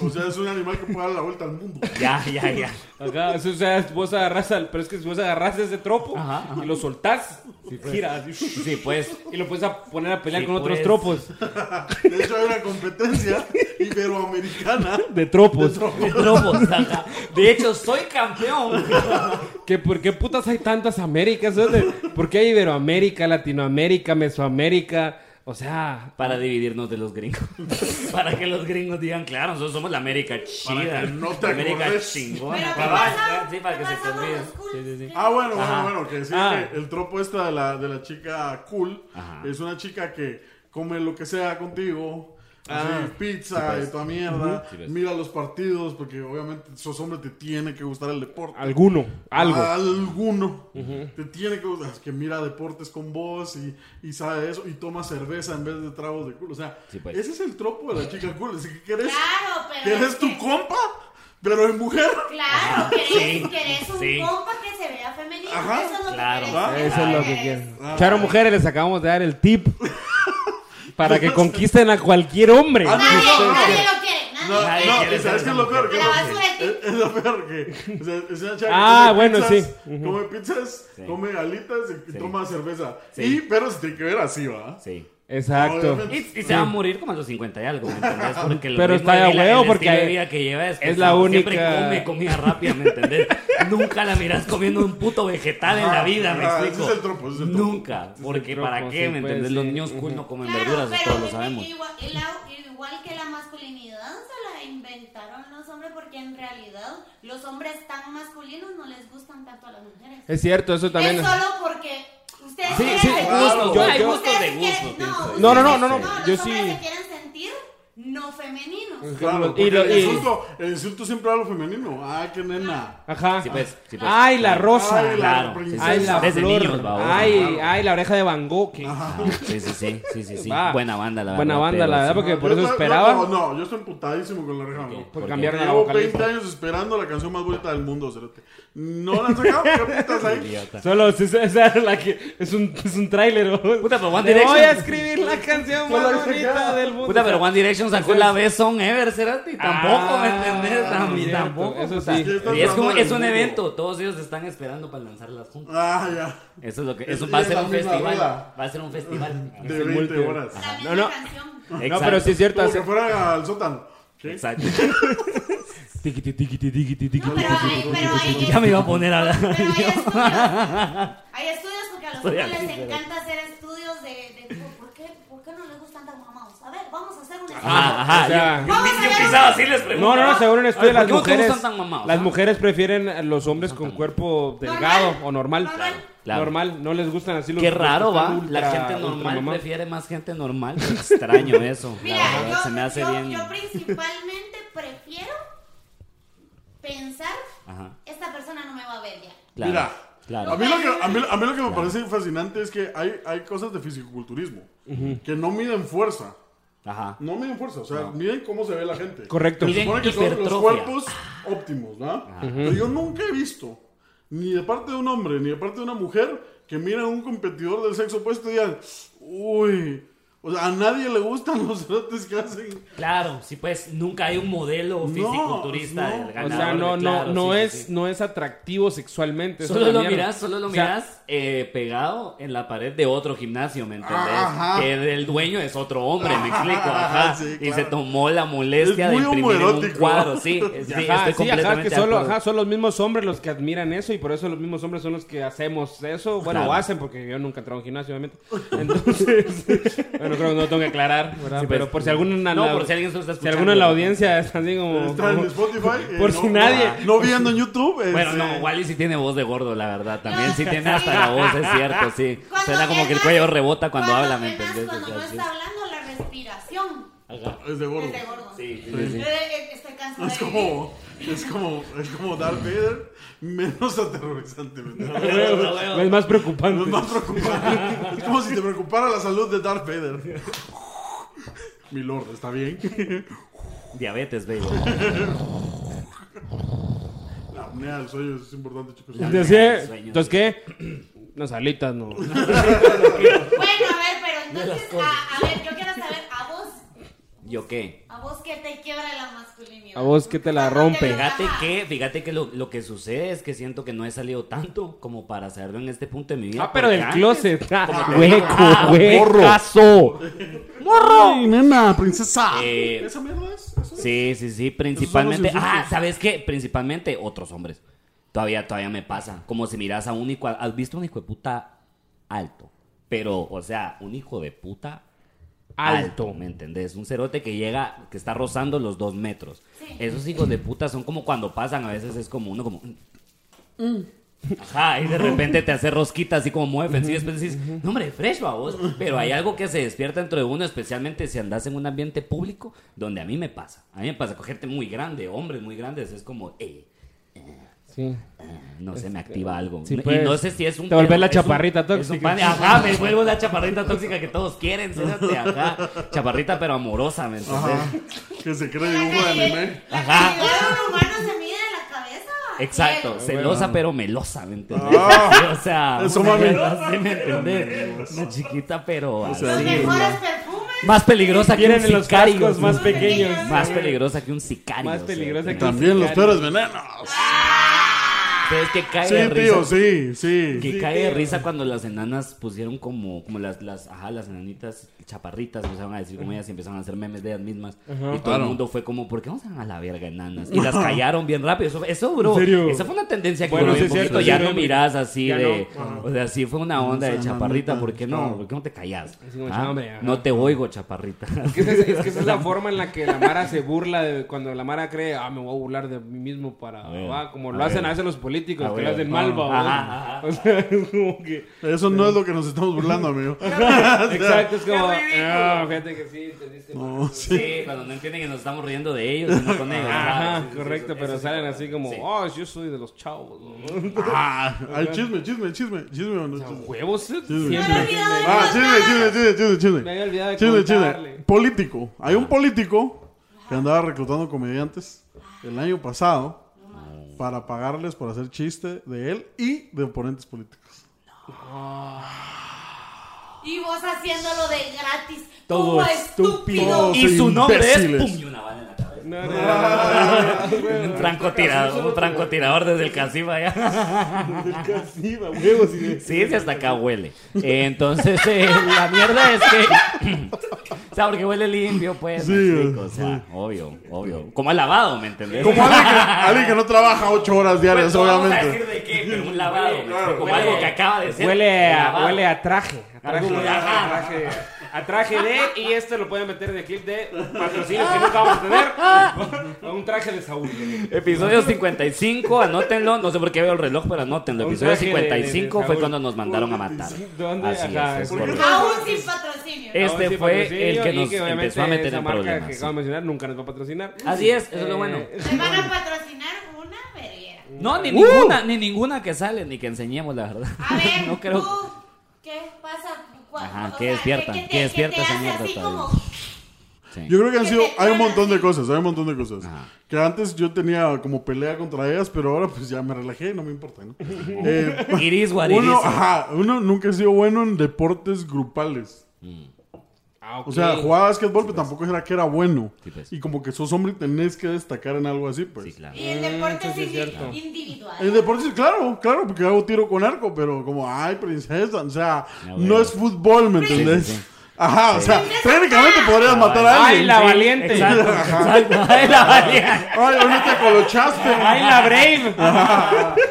Speaker 3: o sea, es un animal que puede dar la vuelta al mundo.
Speaker 2: Ya, ya, ya.
Speaker 4: Acá, eso, o sea, vos agarrás al... Pero es que si vos agarrás ese tropo
Speaker 2: Ajá,
Speaker 4: y lo soltás, gira así,
Speaker 2: Sí, pues.
Speaker 4: Y lo puedes a poner a pelear
Speaker 2: Sí,
Speaker 4: con otros
Speaker 2: pues.
Speaker 4: tropos.
Speaker 3: De hecho, hay una competencia iberoamericana.
Speaker 4: De tropos.
Speaker 2: Lobos, ajá. De hecho, soy campeón.
Speaker 4: ¿Qué, ¿Por qué putas hay tantas Américas? ¿Dónde? ¿Por qué hay Iberoamérica, Latinoamérica, Mesoamérica? O sea,
Speaker 2: Para dividirnos de los gringos. Para que los gringos digan, claro, nosotros somos la América chida.
Speaker 3: Para que no te
Speaker 2: la América
Speaker 3: acordes.
Speaker 2: chingona.
Speaker 5: Pero ¿qué
Speaker 2: cabal.
Speaker 5: pasa?
Speaker 2: Sí, para
Speaker 5: ¿Qué
Speaker 2: que se
Speaker 5: pasa
Speaker 2: te
Speaker 5: con
Speaker 2: olvide.
Speaker 5: los cool?
Speaker 2: Sí, sí, sí.
Speaker 3: Ah, bueno,
Speaker 2: Ajá.
Speaker 3: bueno, bueno, que decía
Speaker 4: Ah.
Speaker 3: que el tropo esta de la, de la chica cool
Speaker 2: Ajá.
Speaker 3: es una chica que come lo que sea contigo.
Speaker 2: Ah.
Speaker 3: así, pizza y toda mierda.
Speaker 2: Sí, pues.
Speaker 3: Mira los partidos, porque obviamente sos hombre, te tiene que gustar el deporte.
Speaker 4: alguno, algo.
Speaker 3: A alguno. Te tiene que gustar. es que mira deportes con vos y, y sabe eso. Y toma cerveza en vez de tragos de culo. O sea,
Speaker 2: Sí, pues.
Speaker 3: ese es el tropo de la chica cool. Es que quieres,
Speaker 2: Ah,
Speaker 5: Claro, pero.
Speaker 3: que
Speaker 5: es
Speaker 3: eres tu
Speaker 5: que-
Speaker 3: compa, pero en mujer.
Speaker 5: Claro, querés,
Speaker 2: Sí,
Speaker 5: querés un
Speaker 2: sí.
Speaker 5: compa que se vea femenino.
Speaker 3: Ajá,
Speaker 5: eso es lo
Speaker 2: claro.
Speaker 5: que
Speaker 3: Va.
Speaker 5: querés.
Speaker 4: Eso es lo que
Speaker 5: Querés.
Speaker 4: quieren.
Speaker 3: Ah.
Speaker 4: Charo, mujeres, les acabamos de dar el tip para que conquisten a cualquier hombre.
Speaker 3: Ah, no.
Speaker 5: Nadie, nadie lo quiere. Nadie
Speaker 3: No,
Speaker 2: Nadie
Speaker 3: no,
Speaker 2: quiere
Speaker 3: y ¿sabes
Speaker 2: ser
Speaker 3: qué es
Speaker 2: esa
Speaker 3: lo peor?
Speaker 5: mujer.
Speaker 3: Que es,
Speaker 5: A Ah. la
Speaker 3: lo-
Speaker 5: basura de ti.
Speaker 3: es- es lo peor que. O sea, es una chava que
Speaker 4: Ah,
Speaker 3: come
Speaker 4: bueno,
Speaker 3: pizzas,
Speaker 4: sí. Ujú.
Speaker 3: Come pizzas,
Speaker 2: Sí.
Speaker 3: come galitas y
Speaker 2: Sí.
Speaker 3: toma cerveza.
Speaker 2: Sí.
Speaker 3: Y, pero se tiene que ver así, ¿va?
Speaker 2: Sí.
Speaker 4: Exacto.
Speaker 3: Obviamente.
Speaker 2: Y, y se va a morir como a los 50 y algo, ¿me entendés? Porque el
Speaker 4: Pero
Speaker 2: ritmo
Speaker 4: está de
Speaker 2: de vida,
Speaker 4: huevo,
Speaker 2: el
Speaker 4: porque
Speaker 2: estilo de
Speaker 4: hay-
Speaker 2: vida que lleva es,
Speaker 4: es la única-
Speaker 2: Siempre come comida rápida, ¿me entendés? Nunca la miras comiendo un puto vegetal en
Speaker 3: Ajá,
Speaker 2: la vida, ¿me
Speaker 3: ajá, ese
Speaker 2: explico?
Speaker 3: es el tropo, ese es el tropo.
Speaker 2: Nunca, porque
Speaker 4: tropo,
Speaker 2: ¿para qué,
Speaker 4: sí,
Speaker 2: me
Speaker 4: pues,
Speaker 2: entendés?
Speaker 4: sí.
Speaker 2: Los niños cool no comen
Speaker 5: Claro,
Speaker 2: verduras, eso
Speaker 5: pero
Speaker 2: todos lo sabemos.
Speaker 5: igual, el au- igual que la masculinidad se la inventaron los hombres porque en realidad los hombres tan masculinos no les gustan tanto a las mujeres.
Speaker 4: Es cierto, eso también.
Speaker 5: Es solo porque ustedes
Speaker 2: Sí,
Speaker 5: quieren
Speaker 2: sí,
Speaker 5: sentir-
Speaker 2: gustos,
Speaker 4: yo-
Speaker 5: ustedes
Speaker 4: yo-
Speaker 2: gustos de
Speaker 5: se quieren-
Speaker 2: gustos, pienso yo.
Speaker 5: no,
Speaker 4: No, no, no,
Speaker 5: ustedes-
Speaker 4: no, no, yo
Speaker 5: los hombres
Speaker 4: sí.
Speaker 5: se quieren sentir no femeninos.
Speaker 3: Claro,
Speaker 4: y
Speaker 3: y
Speaker 4: lo-
Speaker 3: el,
Speaker 4: y-
Speaker 3: insulto, el insulto siempre a lo femenino. Ah, qué nena.
Speaker 4: Ajá.
Speaker 2: Sí, pues, sí, pues.
Speaker 4: Ay, la rosa.
Speaker 3: Ay, la-
Speaker 2: Claro.
Speaker 3: princesa.
Speaker 4: Ay, la
Speaker 2: Desde
Speaker 4: flor.
Speaker 2: niños, babos.
Speaker 4: ay, ay, la oreja de Van Gogh. que-
Speaker 2: Ah, Sí, sí, sí, sí, sí, sí.
Speaker 4: Va.
Speaker 2: Buena banda, la verdad.
Speaker 4: Buena banda,
Speaker 2: pero
Speaker 4: la verdad,
Speaker 2: sí.
Speaker 4: porque
Speaker 3: No,
Speaker 4: por
Speaker 3: Ah, yo
Speaker 4: eso
Speaker 3: estoy-
Speaker 4: esperaban.
Speaker 3: No, no, yo estoy emputadísimo con la oreja.
Speaker 2: Ok.
Speaker 4: Porque
Speaker 2: Porque
Speaker 4: cambiaron a la
Speaker 3: Llevo 20
Speaker 4: vocalista.
Speaker 3: años esperando la canción más bonita del mundo, cerote. No la han sacado, ¿qué putas hay?
Speaker 2: Idiota.
Speaker 4: Solo es, esa es la que es un, es un tráiler. ¿no?
Speaker 2: Puta, pero One
Speaker 4: Le
Speaker 2: Direction.
Speaker 4: voy a escribir la canción
Speaker 3: Solo
Speaker 4: más
Speaker 3: es
Speaker 4: bonita
Speaker 3: acá.
Speaker 4: del mundo.
Speaker 2: Puta, pero One Direction sacó la Best Song Ever, Cerati. Tampoco, ¿me
Speaker 4: Ah,
Speaker 2: entendés? Tam-
Speaker 4: cierto,
Speaker 2: Tampoco.
Speaker 4: eso
Speaker 2: puta.
Speaker 4: sí.
Speaker 2: Y es, como, es un evento, todos ellos están esperando para lanzarlas juntas.
Speaker 3: Ah, ya.
Speaker 2: Eso es lo que.
Speaker 3: Es-
Speaker 2: Eso va a
Speaker 3: es
Speaker 2: ser
Speaker 3: la
Speaker 2: un
Speaker 3: misma
Speaker 2: festival.
Speaker 3: rueda.
Speaker 2: Va a ser un festival.
Speaker 3: De
Speaker 4: el
Speaker 3: 20
Speaker 4: multi-
Speaker 3: horas.
Speaker 5: La
Speaker 4: no,
Speaker 5: misma
Speaker 4: no.
Speaker 5: canción.
Speaker 4: No, pero sí es cierto.
Speaker 3: Como
Speaker 4: hace-
Speaker 3: que fuera al sótano. ¿Qué?
Speaker 2: Exacto.
Speaker 4: Tiquiti, tiquiti, tiquiti, tiquiti.
Speaker 5: No, pero hay, pero hay,
Speaker 2: Ya me iba a poner a
Speaker 5: Pero
Speaker 2: hablar.
Speaker 5: hay estudios. Hay estudios porque a los
Speaker 2: Estoy
Speaker 5: hombres les
Speaker 2: aquí, pero-
Speaker 5: encanta hacer estudios de, de ¿por, qué, ¿por qué no les gustan tan mamados? A ver, vamos a hacer un estudio.
Speaker 2: Ajá, ajá.
Speaker 4: O sea-
Speaker 2: yo, yo- yo pensaba así, les pregunto.
Speaker 4: No, no, no, según un estudio, las mujeres.
Speaker 2: están tan mamados?
Speaker 4: Las
Speaker 2: ah?
Speaker 4: mujeres prefieren a los hombres con cuerpo delgado o normal.
Speaker 5: Normal.
Speaker 2: Claro.
Speaker 4: Normal, no les gustan así los
Speaker 2: Qué
Speaker 4: los
Speaker 2: raro,
Speaker 4: que
Speaker 2: va.
Speaker 4: están
Speaker 2: la
Speaker 4: ultra-
Speaker 2: gente
Speaker 4: ultra
Speaker 2: normal
Speaker 4: mamá.
Speaker 2: prefiere más gente normal. Qué Extraño eso.
Speaker 5: Mira,
Speaker 2: la verdad,
Speaker 5: yo,
Speaker 2: se me hace
Speaker 5: yo-
Speaker 2: bien.
Speaker 5: yo principalmente prefiero pensar,
Speaker 2: Ajá.
Speaker 5: esta persona no me va a ver ya.
Speaker 2: Claro.
Speaker 3: Mira,
Speaker 2: claro.
Speaker 3: A mí lo que, a mí- a mí lo que me parece fascinante es que hay, hay cosas de fisicoculturismo que no miden fuerza.
Speaker 2: Ajá.
Speaker 3: No miden fuerza, o sea, miden cómo se ve la gente.
Speaker 4: Correcto.
Speaker 3: Se supone que son los
Speaker 2: hipertrofia. Ah.
Speaker 3: cuerpos óptimos, ¿verdad? Pero yo nunca he visto, ni de parte de un hombre, ni de parte de una mujer, que miren a un competidor del sexo opuesto y digan, uy, o sea, a nadie le gustan los cerotes que hacen.
Speaker 2: Claro, sí, pues nunca hay un modelo fisiculturista
Speaker 3: no,
Speaker 2: del
Speaker 4: O
Speaker 2: ganador.
Speaker 4: sea, no, no,
Speaker 2: claro,
Speaker 4: no
Speaker 2: sí,
Speaker 4: es,
Speaker 2: sí, sí.
Speaker 4: no es atractivo sexualmente. eso
Speaker 2: Solo
Speaker 4: es la
Speaker 2: lo
Speaker 4: mierda.
Speaker 2: mirás, solo lo
Speaker 4: O sea,
Speaker 2: mirás eh, pegado en la pared de otro gimnasio, ¿me entendés?
Speaker 4: Ah,
Speaker 3: Ajá.
Speaker 2: Que el dueño es otro hombre, me explico.
Speaker 3: Ajá,
Speaker 2: Ajá.
Speaker 3: sí,
Speaker 2: Y
Speaker 3: claro.
Speaker 2: se tomó la molestia
Speaker 3: Es
Speaker 2: de
Speaker 3: muy
Speaker 2: imprimir en un
Speaker 3: homoerótico.
Speaker 2: cuadro, sí. es- sí,
Speaker 4: Ajá,
Speaker 2: estoy
Speaker 4: sí, ajá,
Speaker 2: completamente
Speaker 4: que
Speaker 2: de
Speaker 4: solo,
Speaker 2: acuerdo.
Speaker 4: ajá, son los mismos hombres los que admiran eso y por eso los mismos hombres son los que hacemos eso. Bueno,
Speaker 2: Claro.
Speaker 4: o hacen porque yo nunca entrado a un gimnasio, obviamente. Entonces, bueno, creo que no tengo que aclarar, ¿verdad?
Speaker 2: Sí, pues,
Speaker 4: Pero por si alguna...
Speaker 2: no,
Speaker 4: la-
Speaker 2: por si alguien se lo está
Speaker 4: si
Speaker 2: escuchando.
Speaker 4: alguno en la audiencia está así como...
Speaker 3: Está en
Speaker 4: como-
Speaker 3: Spotify. eh,
Speaker 4: Por si nadie-
Speaker 3: No viendo en YouTube. eh,
Speaker 2: Bueno, no,
Speaker 3: sí.
Speaker 2: Wally sí tiene voz de gordo, la verdad. También
Speaker 5: No,
Speaker 2: sí
Speaker 5: sí.
Speaker 2: tiene hasta la voz, es cierto, sí.
Speaker 5: Cuando
Speaker 2: Suena como que el
Speaker 5: llegas-
Speaker 2: cuello rebota cuando habla, ¿me
Speaker 5: llegas,
Speaker 2: entendés?
Speaker 5: Cuando no
Speaker 2: Así
Speaker 5: está hablando, la respiración
Speaker 3: Es de gordo.
Speaker 5: es de gordo.
Speaker 2: Sí, sí,
Speaker 5: Eh,
Speaker 2: sí.
Speaker 5: eh, Estoy cansada
Speaker 3: Uh, Es
Speaker 5: de vivir.
Speaker 3: como, es como, es como Darth Vader menos aterrorizante, ¿verdad?
Speaker 4: Es más preocupante.
Speaker 3: Lo más preocupante. Es como si te preocupara la salud de Darth Vader. Mi lord, ¿está bien?
Speaker 2: Diabetes, baby.
Speaker 3: La apnea del sueño es importante, chicos.
Speaker 4: Entonces,
Speaker 2: Sueños.
Speaker 4: entonces, ¿qué? Las alitas no.
Speaker 5: Bueno, a ver, pero entonces, a, a ver, yo quiero saber, a vos,
Speaker 2: ¿Yo qué?
Speaker 5: a vos que te quiebra la masculinidad.
Speaker 4: A vos que te la
Speaker 5: Cuando
Speaker 4: rompe.
Speaker 5: lo
Speaker 2: Fíjate
Speaker 5: bajas.
Speaker 2: que, fíjate que lo, lo que sucede es que siento que no he salido tanto como para hacerlo en este punto de mi vida.
Speaker 4: Ah, pero
Speaker 2: porque
Speaker 4: del
Speaker 2: antes-
Speaker 4: closet.
Speaker 2: como te digo,
Speaker 4: Hueco,
Speaker 2: ah,
Speaker 4: hueco. Caso.
Speaker 3: ¡Morro! ¡Nena, princesa!
Speaker 2: Eh,
Speaker 3: ¿Esa mierda es? ¿Eso?
Speaker 2: Sí, sí, sí,
Speaker 3: Esos
Speaker 2: principalmente.
Speaker 3: son los
Speaker 2: Ah,
Speaker 3: insultos.
Speaker 2: ¿sabes qué? Principalmente otros hombres. Todavía, todavía me pasa. Como si miras a un hijo. ¿Has visto un hijo de puta alto? Pero, o sea, un hijo de puta
Speaker 4: Alto.
Speaker 2: alto, ¿me entendés? Un cerote que llega, que está rozando los dos metros.
Speaker 5: Sí.
Speaker 2: Esos hijos de puta son como cuando pasan, a veces es como uno como... Ajá, y de repente te hace rosquita así como muy ofensiva y después decís, no hombre, fresh va vos. Pero hay algo que se despierta dentro de uno, especialmente si andas en un ambiente público, donde a mí me pasa. A mí me pasa con gente muy grande, hombres muy grandes, es como, eh,
Speaker 4: Sí.
Speaker 2: no sé, me
Speaker 3: Este,
Speaker 2: activa algo.
Speaker 4: Sí,
Speaker 2: No-
Speaker 4: pues.
Speaker 2: y no sé si es un.
Speaker 4: Te volvés la
Speaker 2: es un-
Speaker 4: chaparrita
Speaker 2: es un
Speaker 4: tóxica.
Speaker 2: pan- Ajá, me vuelvo la chaparrita tóxica que todos quieren, fíjate, ajá. Chaparrita pero amorosa, ¿me entendés?
Speaker 3: Ajá. Que se cree
Speaker 5: La
Speaker 3: dibujo de
Speaker 5: calidad-
Speaker 3: anime.
Speaker 5: La
Speaker 2: Ajá.
Speaker 5: calidad de un humano se mide en la cabeza.
Speaker 2: Exacto,
Speaker 5: Bien.
Speaker 2: celosa pero melosa, ¿me entendés?
Speaker 3: Ah,
Speaker 2: Sí, o sea,
Speaker 3: eso,
Speaker 2: una
Speaker 3: mami.
Speaker 2: mierda así, ¿me entendés? Una chiquita pero así.
Speaker 5: Los mejores perfumes.
Speaker 2: Más peligrosa que un
Speaker 1: Tienen en los
Speaker 2: sicario.
Speaker 1: cascos más pequeños.
Speaker 2: Más peligrosa que un sicario.
Speaker 4: Más peligrosa que-
Speaker 3: También los peores venenos.
Speaker 2: Ustedes que cae
Speaker 3: Sí,
Speaker 2: de risa.
Speaker 3: tío, sí, sí.
Speaker 2: Que
Speaker 3: Sí,
Speaker 2: cae de
Speaker 3: tío.
Speaker 2: risa cuando las enanas pusieron como, como las, las, ajá, las enanitas chaparritas empezaron a decir como ellas y empezaron a hacer memes de ellas mismas. Y todo
Speaker 3: Claro.
Speaker 2: el mundo fue como, ¿por qué no se van a la verga enanas? Y las callaron bien rápido. Eso, eso duró.
Speaker 1: ¿En serio?
Speaker 2: Esa fue una tendencia que
Speaker 4: Bueno,
Speaker 2: duró
Speaker 4: sí
Speaker 2: bien
Speaker 4: es cierto,
Speaker 2: poquito.
Speaker 4: sí,
Speaker 2: ya
Speaker 4: no,
Speaker 2: no
Speaker 4: hombre.
Speaker 2: miras así
Speaker 4: Ya
Speaker 2: de.
Speaker 4: no.
Speaker 2: O sea, sí fue una onda de
Speaker 3: Esas
Speaker 2: chaparrita.
Speaker 3: enanitas,
Speaker 2: ¿Por qué
Speaker 3: claro.
Speaker 2: no? ¿Por qué no te callas?
Speaker 4: Así como,
Speaker 2: Ah,
Speaker 4: "Ya, hombre, ya".
Speaker 2: No te oigo, chaparrita.
Speaker 4: Es que, esa es, es que esa es la forma en la que la Mara se burla de cuando la Mara cree, ah, me voy a burlar de mí mismo para.
Speaker 2: A ver,
Speaker 4: va", como
Speaker 2: a
Speaker 4: lo hacen
Speaker 2: ver.
Speaker 4: a veces los políticos,
Speaker 2: A
Speaker 4: que
Speaker 2: ver,
Speaker 4: lo hacen
Speaker 2: ah,
Speaker 4: mal, va,
Speaker 2: ajá,
Speaker 4: O sea, es como que.
Speaker 3: Eso no es lo que nos estamos burlando, amigo.
Speaker 4: Exacto, es como. "Ah, fíjate que sí, te diste mal".
Speaker 3: No, sí.
Speaker 2: Sí, cuando no entienden que nos estamos riendo de ellos. y no con ellos.
Speaker 4: Ajá,
Speaker 2: Ah, sí, sí, sí,
Speaker 4: correcto,
Speaker 2: eso-
Speaker 4: pero
Speaker 2: eso sí
Speaker 4: salen
Speaker 2: fue-
Speaker 4: así como,
Speaker 2: sí.
Speaker 4: oh, yo soy de los chavos. ¿no?".
Speaker 3: Ah, hay chisme, chisme, chisme, chisme o no chisme.
Speaker 4: Huevos, siempre.
Speaker 3: Me
Speaker 5: había
Speaker 4: chisme.
Speaker 5: olvidado.
Speaker 3: Ah, chisme, chisme, chisme, chisme, chisme.
Speaker 4: Me había olvidado de
Speaker 3: Chisme, chisme.
Speaker 4: contarle.
Speaker 3: Político. Hay un político que andaba reclutando comediantes el año pasado para pagarles por hacer chiste de él y de oponentes políticos.
Speaker 5: Y vos haciéndolo de gratis.
Speaker 1: Todo
Speaker 5: como
Speaker 1: estúpido.
Speaker 5: estúpido.
Speaker 3: Soy
Speaker 2: Y su nombre
Speaker 3: imbéciles.
Speaker 2: es. Pum, y una bala en la cabeza.
Speaker 4: No, no, no, no.
Speaker 2: Un francotirador, un francotirador desde el Casiva allá. Sí, sí, hasta acá huele. Eh, Entonces, eh, la mierda es que. O sea, porque huele limpio, pues.
Speaker 3: Sí,
Speaker 2: me explico, o
Speaker 3: sí.
Speaker 2: sea, obvio, obvio. Como ha lavado, ¿me entendés?
Speaker 3: Como alguien que, alguien que no trabaja ocho horas diarias,
Speaker 2: Pues, no vamos a decir
Speaker 3: obviamente.
Speaker 2: de qué, pero un lavado, me explico, como
Speaker 4: huele-
Speaker 2: algo que acaba de ser.
Speaker 4: Huele a,
Speaker 2: lavado.
Speaker 4: huele a traje. A traje,
Speaker 2: Algo de-
Speaker 4: a traje, a traje de. Y esto lo pueden meter en el clip de patrocinio que nunca vamos a tener. A un traje de Saúl.
Speaker 2: Episodio 55, anótenlo. No sé por qué veo el reloj, pero anótenlo.
Speaker 4: Un
Speaker 2: Episodio
Speaker 4: traje de- de- de
Speaker 2: 55 fue
Speaker 4: Saúl.
Speaker 2: cuando nos mandaron a matar.
Speaker 4: ¿Dónde?
Speaker 2: Así
Speaker 4: Ajá,
Speaker 2: es, es
Speaker 4: ¿por qué
Speaker 2: correcto.
Speaker 5: Aún sin patrocinio.
Speaker 2: Eh,
Speaker 5: ¿no?
Speaker 2: Este
Speaker 4: Aún sin
Speaker 2: fue
Speaker 4: patrocinio
Speaker 2: el que
Speaker 4: y
Speaker 2: nos
Speaker 4: obviamente
Speaker 2: empezó a meter
Speaker 4: esa
Speaker 2: en
Speaker 4: marca
Speaker 2: problemas,
Speaker 4: que
Speaker 2: sí.
Speaker 4: acabo de mencionar nunca nos va a patrocinar.
Speaker 2: Así es, eso es lo
Speaker 4: Eh,
Speaker 2: bueno.
Speaker 5: Me van a patrocinar una verguera.
Speaker 2: No,
Speaker 3: Uh.
Speaker 2: ni ninguna, ni ninguna que sale, ni que enseñemos, la verdad.
Speaker 5: A ver,
Speaker 2: no creo.
Speaker 5: tú, ¿qué pasa? ¿Cu-
Speaker 2: Ajá,
Speaker 5: o
Speaker 2: ¿qué
Speaker 5: sea,
Speaker 2: despiertan?
Speaker 5: ¿Qué, qué te,
Speaker 2: ¿Qué despierta
Speaker 5: qué te
Speaker 2: esa
Speaker 5: hace
Speaker 2: mierda
Speaker 5: así
Speaker 2: todavía?
Speaker 5: como
Speaker 2: Sí.
Speaker 3: Yo creo que han
Speaker 5: Que
Speaker 3: sido,
Speaker 5: te
Speaker 3: hay un
Speaker 5: pagan
Speaker 3: montón de
Speaker 5: así.
Speaker 3: cosas, hay un montón de cosas.
Speaker 2: Ajá.
Speaker 3: Que antes yo tenía como pelea contra ellas, pero ahora pues ya me relajé, no me importa, ¿no? Eh,
Speaker 2: Iris guariris.
Speaker 3: uno, ajá, uno nunca ha sido bueno en deportes grupales.
Speaker 4: Ah,
Speaker 2: Pues,
Speaker 4: ok.
Speaker 3: O sea, jugaba básquetbol, pero tampoco era que era bueno.
Speaker 2: Sí, pues.
Speaker 3: Y como que sos hombre y tenés que destacar en algo así, pues.
Speaker 2: Sí, claro.
Speaker 5: Y el deporte
Speaker 4: Mm, sí,
Speaker 5: es
Speaker 4: es cierto.
Speaker 5: indi- individual.
Speaker 3: En deportes, claro, claro, porque hago tiro con arco, pero como, ay, princesa, o sea,
Speaker 2: No,
Speaker 3: no
Speaker 2: bueno.
Speaker 3: es fútbol, ¿me
Speaker 2: Sí,
Speaker 3: entendés?
Speaker 2: sí, sí.
Speaker 3: Ajá, o sea, técnicamente podrías matar a
Speaker 4: ¡Ay,
Speaker 3: alguien.
Speaker 4: la valiente!
Speaker 2: Exacto, exacto. Ay, la valía.
Speaker 3: Ay, hoy no te colochaste.
Speaker 4: ¡Ay, la brave!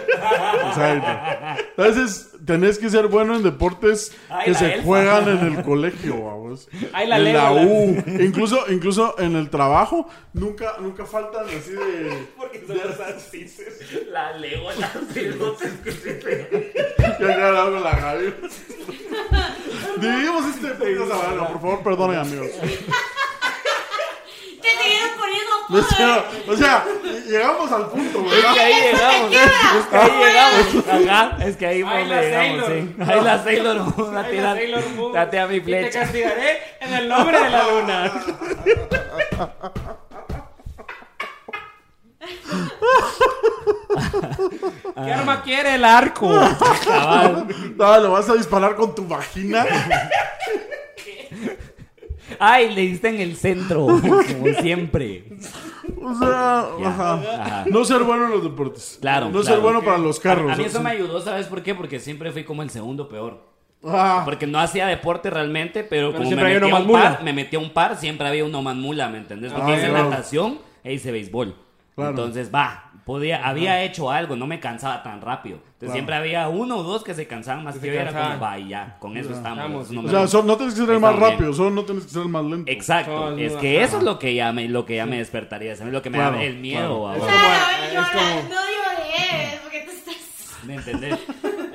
Speaker 3: Exacto. Entonces, tenés que ser bueno en deportes
Speaker 2: Ay,
Speaker 3: que
Speaker 2: la
Speaker 3: se
Speaker 2: Elsa.
Speaker 3: juegan en el colegio, vamos.
Speaker 4: Ay, la
Speaker 3: en la U.
Speaker 4: Legolas.
Speaker 3: Incluso, incluso en el trabajo, nunca, nunca faltan así de.
Speaker 2: La leo, la
Speaker 3: Ya ya le hago la radio. Dividimos este podcast a verga, por favor, perdonen, amigos.
Speaker 5: Te siguieron poniendo
Speaker 3: O
Speaker 5: apodos, ¿eh?
Speaker 3: sea, o sea, llegamos al punto, ¿verdad?
Speaker 2: ahí llegamos. ¿eh? Es que ahí llegamos. Ajá, es que
Speaker 4: Ay,
Speaker 2: ahí fue
Speaker 4: la
Speaker 2: donde llegamos,
Speaker 4: Sailor.
Speaker 2: sí. Ay, la Sailor Moon.
Speaker 4: Ay,
Speaker 2: Date,
Speaker 4: la
Speaker 2: date,
Speaker 4: Sailor Moon.
Speaker 2: date a mi
Speaker 4: Y te
Speaker 2: flecha.
Speaker 4: castigaré en el nombre de la luna. ¿Qué arma quiere el arco?
Speaker 2: Cabal.
Speaker 3: No, lo vas a disparar con tu vagina.
Speaker 2: Ay, le diste en el centro, como siempre.
Speaker 3: O sea,
Speaker 2: Ya,
Speaker 3: ajá.
Speaker 2: ajá.
Speaker 3: No ser bueno en los deportes.
Speaker 2: Claro,
Speaker 3: No ser
Speaker 2: claro.
Speaker 3: bueno para los carros.
Speaker 2: A mí eso
Speaker 3: o
Speaker 2: me
Speaker 3: sea.
Speaker 2: ayudó, ¿sabes por qué? Porque siempre fui como el segundo peor.
Speaker 3: Ah,
Speaker 2: Porque no hacía deporte realmente, pero, como me
Speaker 4: siempre había
Speaker 2: metía,
Speaker 4: uno
Speaker 2: un
Speaker 4: más
Speaker 2: par,
Speaker 4: mula.
Speaker 2: me metía un par, siempre había uno más mula, ¿me entendés? Porque
Speaker 3: Ah,
Speaker 2: hice
Speaker 3: claro.
Speaker 2: natación e hice béisbol.
Speaker 3: Claro.
Speaker 2: Entonces, va, podía, había hecho algo, no me cansaba tan rápido. Entonces siempre había uno o dos que se cansaban más
Speaker 4: Que
Speaker 2: que
Speaker 4: se
Speaker 2: yo y era
Speaker 4: cansaban.
Speaker 2: como, va, y ya, con eso estamos.
Speaker 4: Vamos.
Speaker 2: eso no
Speaker 3: o
Speaker 2: me
Speaker 3: sea,
Speaker 2: gusta.
Speaker 3: so- no tienes que ser el
Speaker 2: Está
Speaker 3: más
Speaker 2: bien.
Speaker 3: rápido, solo no tienes que ser el más lento.
Speaker 2: Exacto,
Speaker 4: No,
Speaker 2: es
Speaker 4: no,
Speaker 2: que
Speaker 4: ajá.
Speaker 2: eso es lo que ya me, lo que ya me despertaría, eso es lo que me
Speaker 3: Claro,
Speaker 2: da el miedo.
Speaker 3: claro.
Speaker 2: babón.
Speaker 5: Claro, a
Speaker 4: Es
Speaker 5: ver, yo la-
Speaker 4: como-
Speaker 5: no lloré, porque tú estás...
Speaker 2: ¿Me entendés?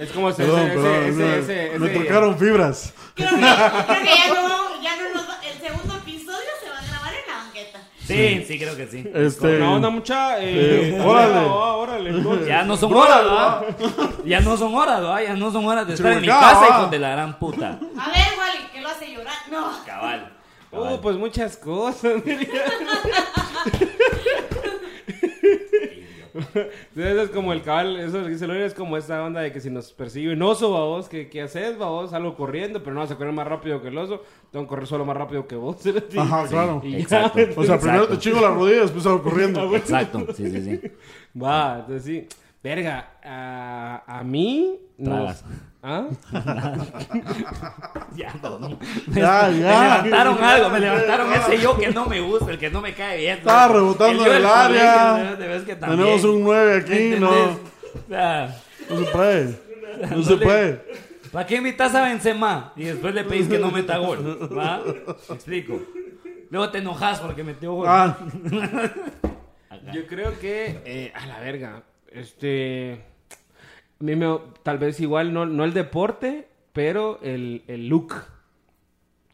Speaker 4: Es como ese,
Speaker 3: Perdón,
Speaker 4: ese,
Speaker 3: perdón.
Speaker 4: ese,
Speaker 3: o sea,
Speaker 4: ese, ese,
Speaker 3: me
Speaker 4: ese-
Speaker 3: tocaron fibras.
Speaker 5: Creo que, creo que ya no, ya no nos va- El segundo episodio se va a grabar en la banqueta.
Speaker 2: Sí, sí, creo que sí.
Speaker 3: Este.
Speaker 4: No, no, mucha. eh,
Speaker 3: Eh, órale.
Speaker 4: ah, órale. entonces.
Speaker 2: Ya no son
Speaker 3: Horas,
Speaker 2: horas, ¿va? Ya no son horas, ¿va? Ya no son horas de estar en mi
Speaker 3: Churacá,
Speaker 2: casa,
Speaker 3: ¿va?
Speaker 2: hijos de la gran puta.
Speaker 5: A ver, Wally, que lo hace llorar. No.
Speaker 2: Cabal. cabal.
Speaker 4: Uh, pues muchas cosas. Entonces es como el cabal, eso que dice Lore, es como esta onda de que si nos persigue un oso, va vos, ¿qué, qué haces, va vos? Salgo corriendo, pero no vas a correr más rápido que el oso, tengo que correr solo más rápido que vos.
Speaker 3: Ajá, claro.
Speaker 4: Y ya.
Speaker 2: Exacto.
Speaker 3: O sea, primero
Speaker 2: Exacto.
Speaker 3: te
Speaker 2: Ah,
Speaker 3: chingo las rodillas, después salgo corriendo.
Speaker 2: Exacto, sí, sí, sí.
Speaker 4: Va, entonces sí. Verga, a, a mí...
Speaker 2: Tragas.
Speaker 4: ¿Ah?
Speaker 2: Ya, no.
Speaker 3: Ya,
Speaker 2: Me
Speaker 3: Ah, ya.
Speaker 2: levantaron algo, me levantaron ese yo que no me gusta, el que no me cae bien. ¿no?
Speaker 3: Estaba rebotando
Speaker 2: yo
Speaker 3: en el
Speaker 2: del
Speaker 3: área.
Speaker 2: colegio, ¿no? De vez que también.
Speaker 3: Tenemos un 9 aquí,
Speaker 2: ¿Entendés?
Speaker 3: no.
Speaker 2: O sea,
Speaker 3: No se puede. No se
Speaker 2: le-
Speaker 3: puede.
Speaker 2: ¿Para qué invitas a Benzema? Y después le pedís que no meta gol. ¿Va? Me explico. Luego te enojas porque metió gol.
Speaker 3: Ah,
Speaker 4: Yo creo que eh, a la verga. Este. a mí me- tal vez igual no, no el deporte, pero el, el look.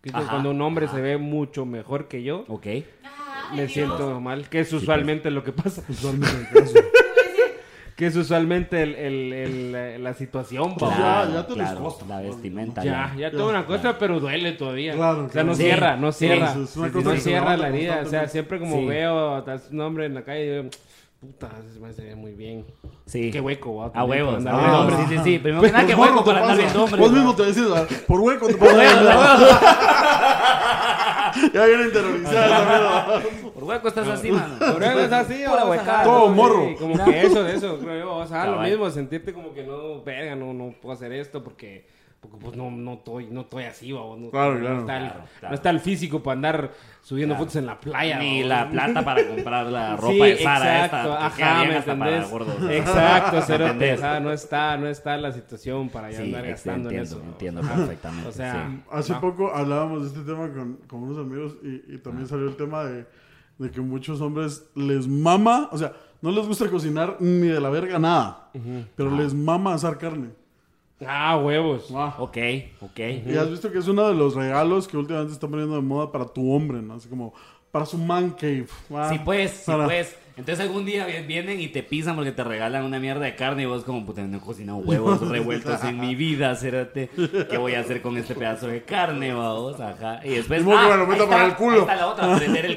Speaker 4: Que
Speaker 2: Ajá, Oh.
Speaker 4: cuando un hombre se ve mucho mejor que yo,
Speaker 2: Ok.
Speaker 5: Ajá,
Speaker 4: me
Speaker 5: Dios.
Speaker 4: siento mal. Que es usualmente lo que pasa. que es usualmente el- el- el- eh, la, la situación, pa.
Speaker 2: Claro,
Speaker 3: ya te los
Speaker 2: claro,
Speaker 3: costas.
Speaker 2: La vestimenta.
Speaker 4: Ya, ya tengo una cosa, pero duele todavía.
Speaker 3: Claro,
Speaker 4: o sea, no
Speaker 3: claro.
Speaker 4: cierra, no
Speaker 2: Sí,
Speaker 4: cierra.
Speaker 3: sí, es una
Speaker 4: Sí,
Speaker 3: cosa
Speaker 4: no
Speaker 3: que se
Speaker 4: cierra
Speaker 3: levanta
Speaker 4: la herida. O sea,
Speaker 3: constantemente.
Speaker 4: siempre como
Speaker 2: Sí.
Speaker 4: veo a un hombre en la calle, yo, puta, ese man se ve muy bien.
Speaker 2: Sí.
Speaker 4: Qué hueco, va,
Speaker 2: A
Speaker 4: también,
Speaker 2: huevos.
Speaker 4: para andar
Speaker 2: a
Speaker 4: viendo
Speaker 2: huevos,
Speaker 4: hombres.
Speaker 2: Sí, sí, sí. Primero que nada,
Speaker 3: por
Speaker 2: qué
Speaker 3: hueco
Speaker 2: hueco
Speaker 3: Ah. te
Speaker 2: para andar
Speaker 3: pasa.
Speaker 2: viendo hombres.
Speaker 3: Vos
Speaker 2: ¿va?
Speaker 3: mismo te decís, ah, por hueco te
Speaker 2: Por huevos,
Speaker 3: pasa.
Speaker 2: a huevos.
Speaker 3: Ya vienen terrorizadas la mierda.
Speaker 2: Por hueco estás así, mano.
Speaker 4: Pero luego es así,
Speaker 2: Pura
Speaker 4: vamos a
Speaker 2: huecada.
Speaker 4: jalar,
Speaker 3: Todo
Speaker 4: sí,
Speaker 3: morro.
Speaker 4: Como que eso, de eso, creo yo. O sea, lo
Speaker 2: Cabal.
Speaker 4: mismo, sentirte como que no, verga, no, no puedo hacer esto porque, porque pues no, no estoy, no estoy así, babos, No,
Speaker 3: Claro,
Speaker 4: no
Speaker 3: claro.
Speaker 4: Está el,
Speaker 2: Claro, claro.
Speaker 4: no está el físico para andar subiendo fotos en la playa.
Speaker 2: Ni
Speaker 4: babos.
Speaker 2: la plata para comprar la ropa
Speaker 4: Sí,
Speaker 2: de Sara
Speaker 4: exacto,
Speaker 2: esta. que queda
Speaker 4: Ajá,
Speaker 2: bien
Speaker 4: ¿me
Speaker 2: hasta para
Speaker 4: entendés?
Speaker 2: gordos.
Speaker 4: Exacto,
Speaker 2: ¿Me
Speaker 4: cerote,
Speaker 2: entendés?
Speaker 4: ajá, no está, no está la situación para ya
Speaker 2: Sí,
Speaker 4: andar
Speaker 2: ex-
Speaker 4: gastando en
Speaker 2: entiendo,
Speaker 4: eso.
Speaker 2: entiendo perfectamente.
Speaker 4: O sea,
Speaker 2: sí.
Speaker 3: Hace poco hablábamos de este tema con, con unos amigos y, y
Speaker 2: Ah.
Speaker 3: también salió el tema de, de que muchos hombres les mama, o sea, no les gusta cocinar ni de la verga nada,
Speaker 2: Ah.
Speaker 3: pero les mama asar carne.
Speaker 4: Ah, huevos.
Speaker 2: Ok, ok.
Speaker 3: Y has visto que es uno de los regalos que últimamente están poniendo de moda para tu hombre, ¿no? Así como para su man cave. ah,
Speaker 2: Sí, pues, sí,
Speaker 3: para-
Speaker 2: pues. Entonces algún día vi- vienen y te pisan porque te regalan una mierda de carne y vos como, puta, no he cocinado huevos revueltos en mi vida, cérate. ¿Qué voy a hacer con este pedazo de carne, vamos? Ajá. Y después... "Ah,
Speaker 3: Ni modo que me lo
Speaker 2: ahí
Speaker 3: meta
Speaker 2: está,
Speaker 3: para el culo.
Speaker 2: ahí está la otra, prender el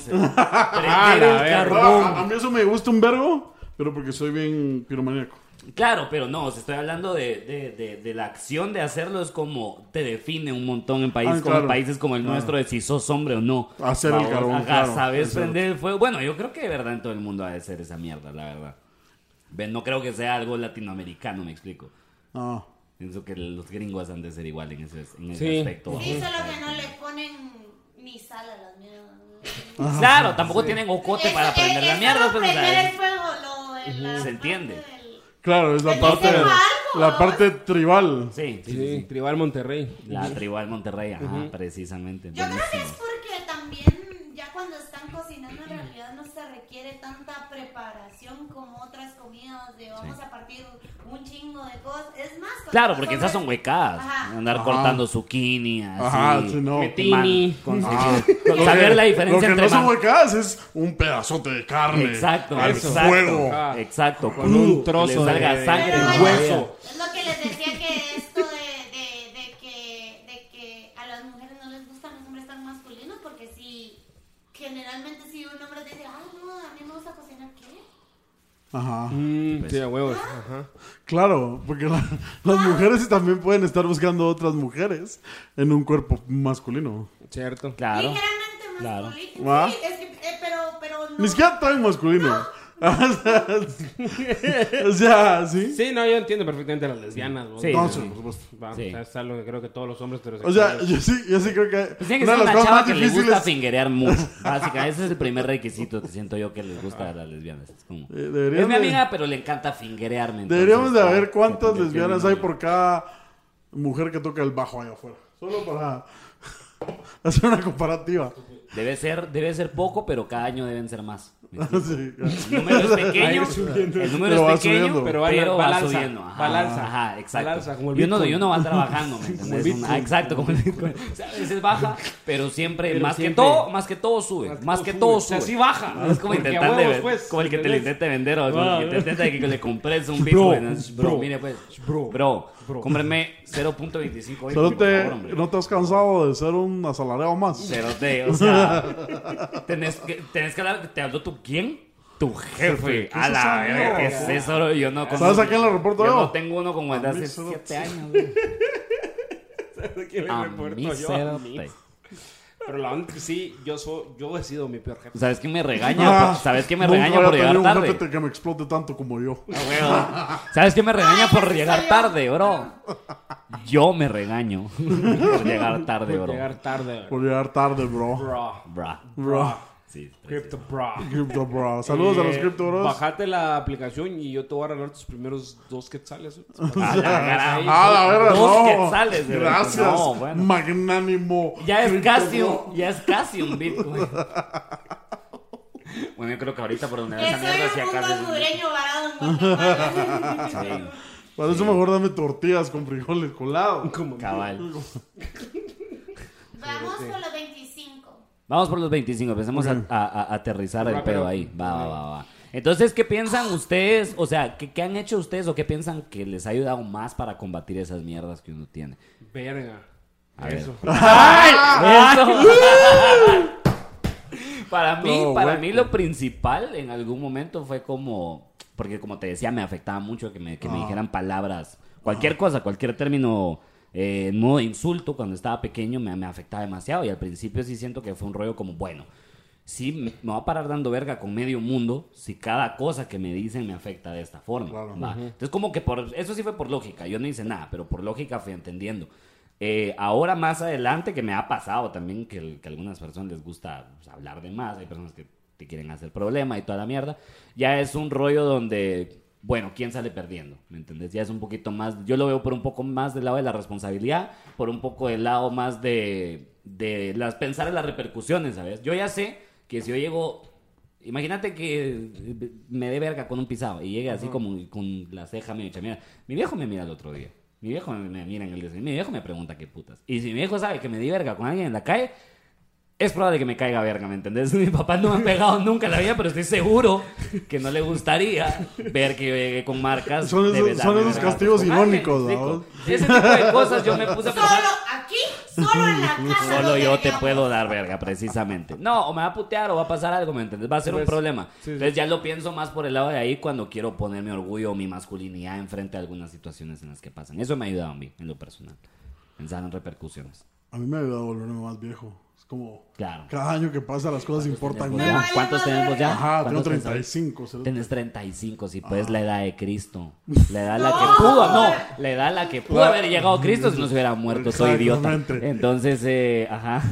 Speaker 2: cérate.
Speaker 4: Ah,
Speaker 2: Prender
Speaker 4: la
Speaker 2: el
Speaker 4: verga.
Speaker 2: carbón.
Speaker 3: Ah, a mí eso me gusta un vergo, pero porque soy bien piromaníaco.
Speaker 2: Claro, pero no, os estoy hablando de, de- de- de la acción de hacerlo, es como te define un montón en países
Speaker 3: Ah,
Speaker 2: como
Speaker 3: claro.
Speaker 2: países como el nuestro de si sos hombre o no.
Speaker 3: Hacer el
Speaker 2: Vamos,
Speaker 3: carbón,
Speaker 2: ajá,
Speaker 3: claro,
Speaker 2: sabes
Speaker 3: eso.
Speaker 2: prender el fuego. Bueno, yo creo que de verdad en todo el mundo ha de ser esa mierda, la verdad. Ve, No creo que sea algo latinoamericano, me explico. Ah.
Speaker 3: No.
Speaker 2: Pienso que los gringos han de ser igual en ese, en ese
Speaker 4: Sí.
Speaker 2: aspecto.
Speaker 5: Sí, solo que no le ponen ni sal a las mierdas.
Speaker 2: Claro, tampoco tienen ocote
Speaker 5: Es-
Speaker 2: para
Speaker 5: es-
Speaker 2: prender la
Speaker 5: es
Speaker 2: mierda,
Speaker 5: solo
Speaker 2: pero o sea,
Speaker 5: prender
Speaker 2: es-
Speaker 5: el fuego, lo de la
Speaker 2: Se
Speaker 5: parte
Speaker 2: entiende.
Speaker 5: del-
Speaker 3: Claro, es la
Speaker 5: Pero
Speaker 3: parte,
Speaker 5: hicieron algo.
Speaker 3: la parte tribal.
Speaker 2: sí,
Speaker 4: Sí,
Speaker 2: sí, sí, sí.
Speaker 4: Tribal Monterrey.
Speaker 2: La tribal Monterrey, ajá, precisamente.
Speaker 5: Yo creo que es
Speaker 2: buenísimo.
Speaker 5: porque también ya cuando están cocinando en realidad no se requiere tanta preparación como otras comidas de vamos a partir un chingo de cosas. Es más, cuando
Speaker 2: Claro,
Speaker 5: los
Speaker 2: porque
Speaker 5: hombres-
Speaker 2: esas son huecadas.
Speaker 5: Ajá.
Speaker 2: Andar
Speaker 3: Ajá.
Speaker 2: cortando zucchini, así.
Speaker 3: Ajá, sí, no.
Speaker 2: Man,
Speaker 4: Tini.
Speaker 2: con-
Speaker 3: Ah,
Speaker 2: con
Speaker 3: lo
Speaker 2: saber
Speaker 3: que-
Speaker 2: la diferencia
Speaker 3: Lo que
Speaker 2: entre
Speaker 3: no son
Speaker 2: man-
Speaker 3: huecadas es un pedazote de carne.
Speaker 2: Exacto,
Speaker 3: Al
Speaker 2: eso.
Speaker 3: fuego.
Speaker 4: Ah.
Speaker 2: Exacto,
Speaker 4: Con un
Speaker 2: crudo, que
Speaker 4: trozo
Speaker 2: le
Speaker 4: de-
Speaker 2: salga
Speaker 4: de-
Speaker 2: sangre
Speaker 5: Pero
Speaker 2: en el
Speaker 5: bueno,
Speaker 2: hueso.
Speaker 5: Es lo que les decía que esto de, de- de que, de que a las mujeres no les gustan los hombres tan masculinos, porque si generalmente si un hombre te dice, ay no, a mí me gusta cocinar, ¿qué?
Speaker 3: Ajá.
Speaker 4: Mm,
Speaker 2: pues.
Speaker 4: sí, a huevos. Ajá.
Speaker 3: Claro, porque la- las mujeres también pueden estar buscando otras mujeres en un cuerpo masculino.
Speaker 4: Cierto.
Speaker 2: Claro.
Speaker 5: Ligeramente
Speaker 2: Claro.
Speaker 5: masculino.
Speaker 3: ¿Va?
Speaker 5: Sí, es que, eh, pero, pero no.
Speaker 3: Ni siquiera tan masculino. o sea, sí.
Speaker 4: Sí, no, yo entiendo perfectamente a las lesbianas. vos.
Speaker 2: Sí.
Speaker 3: No, sí, por supuesto.
Speaker 4: Va,
Speaker 2: Sí.
Speaker 4: o sea, es algo que creo que todos los hombres
Speaker 3: O sea,
Speaker 4: heterosexuales-
Speaker 3: yo sí, yo sí creo que
Speaker 2: Pues tiene que
Speaker 3: una
Speaker 2: ser
Speaker 3: de las
Speaker 2: una
Speaker 3: cosas
Speaker 2: chava
Speaker 3: más
Speaker 2: que les gusta
Speaker 3: difíciles eh,
Speaker 2: fingerear mucho. Básica, ese es el primer requisito, te siento yo, que les gusta a las lesbianas. Es, como, es mi
Speaker 3: deberíamos, eh, de,
Speaker 2: amiga, pero le encanta fingerearme. entonces,
Speaker 3: deberíamos de
Speaker 2: claro,
Speaker 3: ver cuántas
Speaker 2: se convirtió en
Speaker 3: lesbianas
Speaker 2: mi
Speaker 3: hay
Speaker 2: novia.
Speaker 3: por cada mujer que toca el bajo allá afuera. Solo para hacer una comparativa.
Speaker 2: Debe ser, debe ser poco, pero cada año deben ser más.
Speaker 3: Sí, claro.
Speaker 2: El número es
Speaker 4: Ahí
Speaker 2: pequeño,
Speaker 4: va subiendo.
Speaker 2: el
Speaker 3: Pero
Speaker 2: número
Speaker 3: va
Speaker 2: es pequeño,
Speaker 3: subiendo.
Speaker 2: pero
Speaker 4: Pero
Speaker 2: va,
Speaker 4: va- balanza,
Speaker 2: subiendo. Ajá,
Speaker 4: balanza.
Speaker 2: ajá, exacto.
Speaker 4: Balanza, como el
Speaker 2: y, uno, y
Speaker 4: Bitcoin.
Speaker 2: uno va trabajando, ¿me entendés?
Speaker 3: el
Speaker 2: Un-
Speaker 3: Bitcoin.
Speaker 2: exacto, como el Bitcoin. O sea, a veces baja, pero siempre,
Speaker 4: Pero
Speaker 2: más
Speaker 4: siempre-
Speaker 2: que todo, más que todo sube. Más que, todo sube.
Speaker 4: O sea, sí baja.
Speaker 2: Es como
Speaker 4: Porque a
Speaker 2: intentar de
Speaker 4: huevos,
Speaker 2: ver-
Speaker 4: pues,
Speaker 2: como el que te lo
Speaker 4: ¿entendés?
Speaker 2: intente vender o como el que te intenta de que le compres un
Speaker 4: Bro,
Speaker 2: Bitcoin. Es, Bro,
Speaker 4: bro,
Speaker 2: mire pues,
Speaker 4: bro,
Speaker 2: bro, cómprame 0.25 Bitcoin,
Speaker 3: Solo
Speaker 2: por
Speaker 3: te,
Speaker 2: favor, hombre.
Speaker 3: no te has cansado de ser un asalariado más.
Speaker 2: Cerote, o sea, tenés que, tenés que hablar, te hablo tú, ¿quién? tu jefe. A
Speaker 3: es esa
Speaker 2: la verga, ¿qué es
Speaker 3: mierda?
Speaker 2: eso? bro? Yo no
Speaker 3: ¿Sabes a quién le reporto
Speaker 2: Yo
Speaker 3: yo?
Speaker 2: no tengo uno como el de
Speaker 3: A
Speaker 2: hace
Speaker 3: mí solo-
Speaker 2: siete años. güey.
Speaker 6: ¿Qué le
Speaker 2: A
Speaker 6: reporto
Speaker 2: mí
Speaker 6: yo?
Speaker 2: cero,
Speaker 6: A mí.
Speaker 2: güey.
Speaker 6: Pero la onda, sí, yo, soy, yo he sido mi peor jefe.
Speaker 2: ¿Sabes quién me regaña?
Speaker 3: Ah,
Speaker 2: ¿Sabes quién me
Speaker 3: nunca
Speaker 2: regaña
Speaker 3: había
Speaker 2: por llegar
Speaker 3: tenido un
Speaker 2: tarde? Ah,
Speaker 3: jefe que me explote tanto como yo.
Speaker 2: ¿Sabes qué me regaña
Speaker 5: Ay,
Speaker 2: por
Speaker 5: sí
Speaker 2: llegar
Speaker 5: soy yo.
Speaker 2: tarde, bro? Yo me regaño por llegar tarde,
Speaker 6: Por
Speaker 2: bro.
Speaker 6: llegar tarde, bro.
Speaker 3: Por llegar tarde, bro.
Speaker 6: Bro.
Speaker 2: Bra.
Speaker 3: Bro.
Speaker 2: Sí,
Speaker 6: Crypto, bro.
Speaker 3: Crypto bro. Saludos a los
Speaker 6: Eh,
Speaker 3: Crypto Bros.
Speaker 6: Bajate la aplicación y yo te voy a regalar tus primeros dos quetzales. güey.
Speaker 2: A la gran-
Speaker 3: Ah, la verdad,
Speaker 2: Dos
Speaker 3: no.
Speaker 2: quetzales, de verdad.
Speaker 3: Gracias.
Speaker 2: No, bueno.
Speaker 3: Magnánimo.
Speaker 2: Ya es
Speaker 3: Crypto
Speaker 2: casi
Speaker 3: Bro.
Speaker 2: un, ya es casi un Bitcoin. Bueno, yo creo que ahorita por donde va
Speaker 5: Que
Speaker 2: esa mierda si
Speaker 5: soy un
Speaker 2: acaso es un-
Speaker 5: hondureño varado en Guatemala.
Speaker 3: Para eso mejor dame tortillas con frijoles colado.
Speaker 2: Cabal.
Speaker 5: Vamos por los 25.
Speaker 2: Vamos por los 25, empecemos a-
Speaker 3: Ok.
Speaker 2: a, a- a aterrizar el
Speaker 6: Rápido.
Speaker 2: pedo ahí. Va, va, va, va. Entonces, ¿qué piensan ustedes? O sea, ¿qué, qué han hecho ustedes o qué piensan que les ha ayudado más para combatir esas mierdas que uno tiene?
Speaker 6: Verga.
Speaker 2: A ver.
Speaker 6: Eso.
Speaker 2: Eso. para mí,
Speaker 3: Todo
Speaker 2: para
Speaker 3: hueco.
Speaker 2: mí lo principal en algún momento fue como, porque como te decía, me afectaba mucho que me, que me dijeran palabras, cualquier cosa, cualquier término eh, nuevo de insulto cuando estaba pequeño me, me afectaba demasiado y al principio sí siento que fue un rollo como, bueno, sí me me voy a parar dando verga con medio mundo si cada cosa que me dicen me afecta de esta forma.
Speaker 3: Claro.
Speaker 2: Va. Entonces, como que por eso sí fue por lógica. Yo no hice nada, pero por lógica fui entendiendo. Eh, ahora más adelante, que me ha pasado también que, el- que a algunas personas les gusta pues, hablar de más, hay personas que te quieren hacer problema y toda la mierda, ya es un rollo donde, bueno, ¿quién sale perdiendo? ¿Me entendés? Ya es un poquito más, yo lo veo por un poco más del lado de la responsabilidad, por un poco del lado más de, de las, pensar en las repercusiones, ¿sabes? Yo ya sé que si yo llego Imagínate que me dé verga con un pisado y llegue así como con la ceja medio hecha. Mira, mi viejo me mira el otro día. Mi viejo me, me mira en el desayuno. Mi viejo me pregunta qué putas. Y si mi viejo sabe que me di verga con alguien en la calle, es probable que me caiga verga, ¿me entendés? Mi papá no me ha pegado nunca en la vida, pero estoy seguro que no le gustaría ver que yo llegué con marcas.
Speaker 3: Son
Speaker 2: de
Speaker 3: esos-
Speaker 2: verdad,
Speaker 3: son
Speaker 2: de
Speaker 3: esos
Speaker 2: verdad.
Speaker 3: castigos
Speaker 2: Ah, ¿me
Speaker 3: irónicos,
Speaker 2: explico?
Speaker 3: ¿no?
Speaker 2: Ese tipo de cosas yo me puse a pensar.
Speaker 5: Solo aquí, solo en la casa.
Speaker 2: pues, Solo
Speaker 5: donde
Speaker 2: yo te
Speaker 5: vivíamos.
Speaker 2: puedo dar verga, precisamente. No, o me va a putear o va a pasar algo, ¿me entiendes? Va a ser un
Speaker 6: Pues,
Speaker 2: problema.
Speaker 6: sí,
Speaker 2: Entonces ya lo pienso más por el lado de ahí cuando quiero poner mi orgullo o mi masculinidad enfrente a algunas situaciones en las que pasan. Eso me ha ayudado a mí, en lo personal. Pensar en repercusiones.
Speaker 3: A mí me ha ayudado a volverme más viejo. Es como.
Speaker 2: Claro.
Speaker 3: Cada año que pasa las cosas importan
Speaker 2: Pues
Speaker 5: Me
Speaker 2: ya,
Speaker 3: menos.
Speaker 5: vale
Speaker 2: ¿Cuántos
Speaker 5: más
Speaker 2: tenemos ya?
Speaker 3: Ajá, tengo
Speaker 2: ¿Cuántos tenés ahorita?
Speaker 3: 35. se-
Speaker 2: Tienes 35, si pues la edad de Cristo. La edad a la
Speaker 5: No.
Speaker 2: que pudo, no, la edad a la que pudo haber llegado Cristo si no se hubiera muerto, soy idiota.
Speaker 3: Exactamente.
Speaker 2: Entonces, eh, ajá,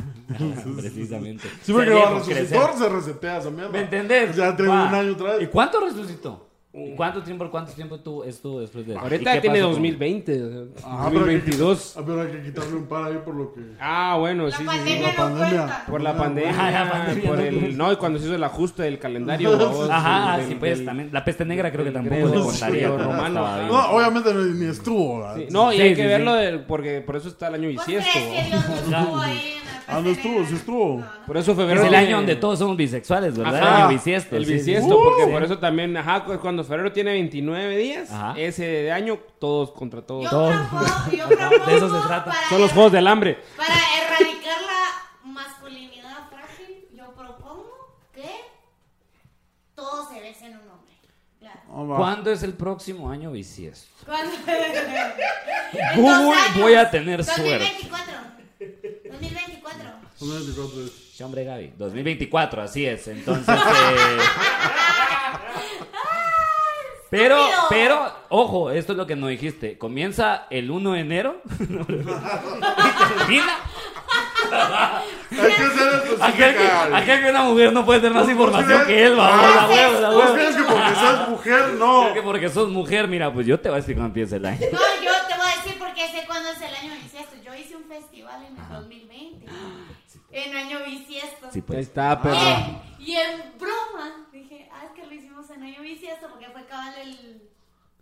Speaker 2: precisamente.
Speaker 3: Sí, porque
Speaker 2: Ser
Speaker 3: va
Speaker 2: viejo,
Speaker 3: resucitar, se resetea esa mierda.
Speaker 2: ¿Me entendés?
Speaker 3: Ya tengo
Speaker 2: Va.
Speaker 3: un año otra
Speaker 2: ¿Y
Speaker 3: vez.
Speaker 2: cuánto resucitó? ¿Y ¿Cuánto tiempo, cuánto tiempo tú estuvo después de eso? ¿Y
Speaker 4: Ahorita
Speaker 2: qué
Speaker 4: tiene
Speaker 2: pasó con-
Speaker 4: 2020,
Speaker 3: Ajá, pero hay que
Speaker 4: 2022.
Speaker 3: quitar- ah, pero hay que quitarle un par ahí por lo que.
Speaker 4: Ah, bueno,
Speaker 5: La
Speaker 4: sí, sí, sí.
Speaker 5: pandemia
Speaker 3: la
Speaker 5: no
Speaker 3: pandemia.
Speaker 5: cuenta.
Speaker 4: Por la pandemia,
Speaker 2: la pandemia,
Speaker 4: por
Speaker 2: no,
Speaker 4: el...
Speaker 2: pues.
Speaker 4: No, y cuando se hizo el ajuste del calendario. babos,
Speaker 2: Ajá,
Speaker 4: del-
Speaker 2: sí, pues
Speaker 4: del-
Speaker 2: también. La peste negra creo que
Speaker 4: del
Speaker 2: tampoco
Speaker 4: griego,
Speaker 2: le contaría.
Speaker 4: griego
Speaker 2: pero
Speaker 4: romano,
Speaker 2: estaba bien.
Speaker 3: No, obviamente ni, ni estuvo. ¿verdad?
Speaker 4: Sí, No, y
Speaker 2: Sí,
Speaker 4: hay
Speaker 2: sí,
Speaker 4: que
Speaker 2: sí.
Speaker 4: verlo del- porque por eso está el año
Speaker 5: ¿Vos
Speaker 4: bisiesto.
Speaker 5: crees que Dios no estuvo ahí en la
Speaker 3: Ah, no estuvo, sí estuvo.
Speaker 5: No, no.
Speaker 4: Por eso febrero...
Speaker 2: Es el
Speaker 4: le-
Speaker 2: año donde todos somos bisexuales, ¿verdad?
Speaker 4: Ajá,
Speaker 2: el año bisiesto.
Speaker 4: El
Speaker 2: sí, sí, sí.
Speaker 4: bisiesto, porque por eso también, ajá, cu- cuando febrero tiene 29 días,
Speaker 2: Ajá.
Speaker 4: ese de año, todos contra todos.
Speaker 5: Yo
Speaker 2: Todo.
Speaker 5: propongo, yo propongo
Speaker 2: De eso se trata.
Speaker 5: Para,
Speaker 4: Son los juegos del hambre.
Speaker 5: para erradicar la masculinidad frágil, yo propongo que todos se besen un hombre. Claro.
Speaker 3: Ah, va.
Speaker 2: Uh, ¿Cuándo es el próximo año bisiesto?
Speaker 5: ¿Cuándo? En
Speaker 2: Google,
Speaker 5: dos años.
Speaker 2: voy a tener
Speaker 5: 2024. 2024.
Speaker 3: Son 24 días.
Speaker 2: Sí, hombre, Gaby. 2024, así es. Entonces. eh, Pero,
Speaker 5: estúpido.
Speaker 2: pero, ojo, esto es lo que no dijiste. Comienza el 1 de enero. y termina
Speaker 3: Hay que ser
Speaker 2: Aquel que,
Speaker 3: específica.
Speaker 2: aquel que una mujer no puede tener más información que él, va,
Speaker 3: Ah,
Speaker 2: la huevo, la
Speaker 3: ¿Vos
Speaker 2: huevo.
Speaker 3: crees que porque seas mujer, no?
Speaker 2: Creo que porque sos mujer, mira, pues yo te voy a decir cuando empieza el año.
Speaker 5: No, yo te voy a decir porque sé cuándo es el año bisiesto. Yo hice un festival en el 2020. En año bisiesto.
Speaker 2: Sí,
Speaker 4: Ahí
Speaker 2: pues.
Speaker 4: está, perro.
Speaker 5: Eh, y en broma dije, ah, es que lo hicimos en año bisiesto porque fue cabal el,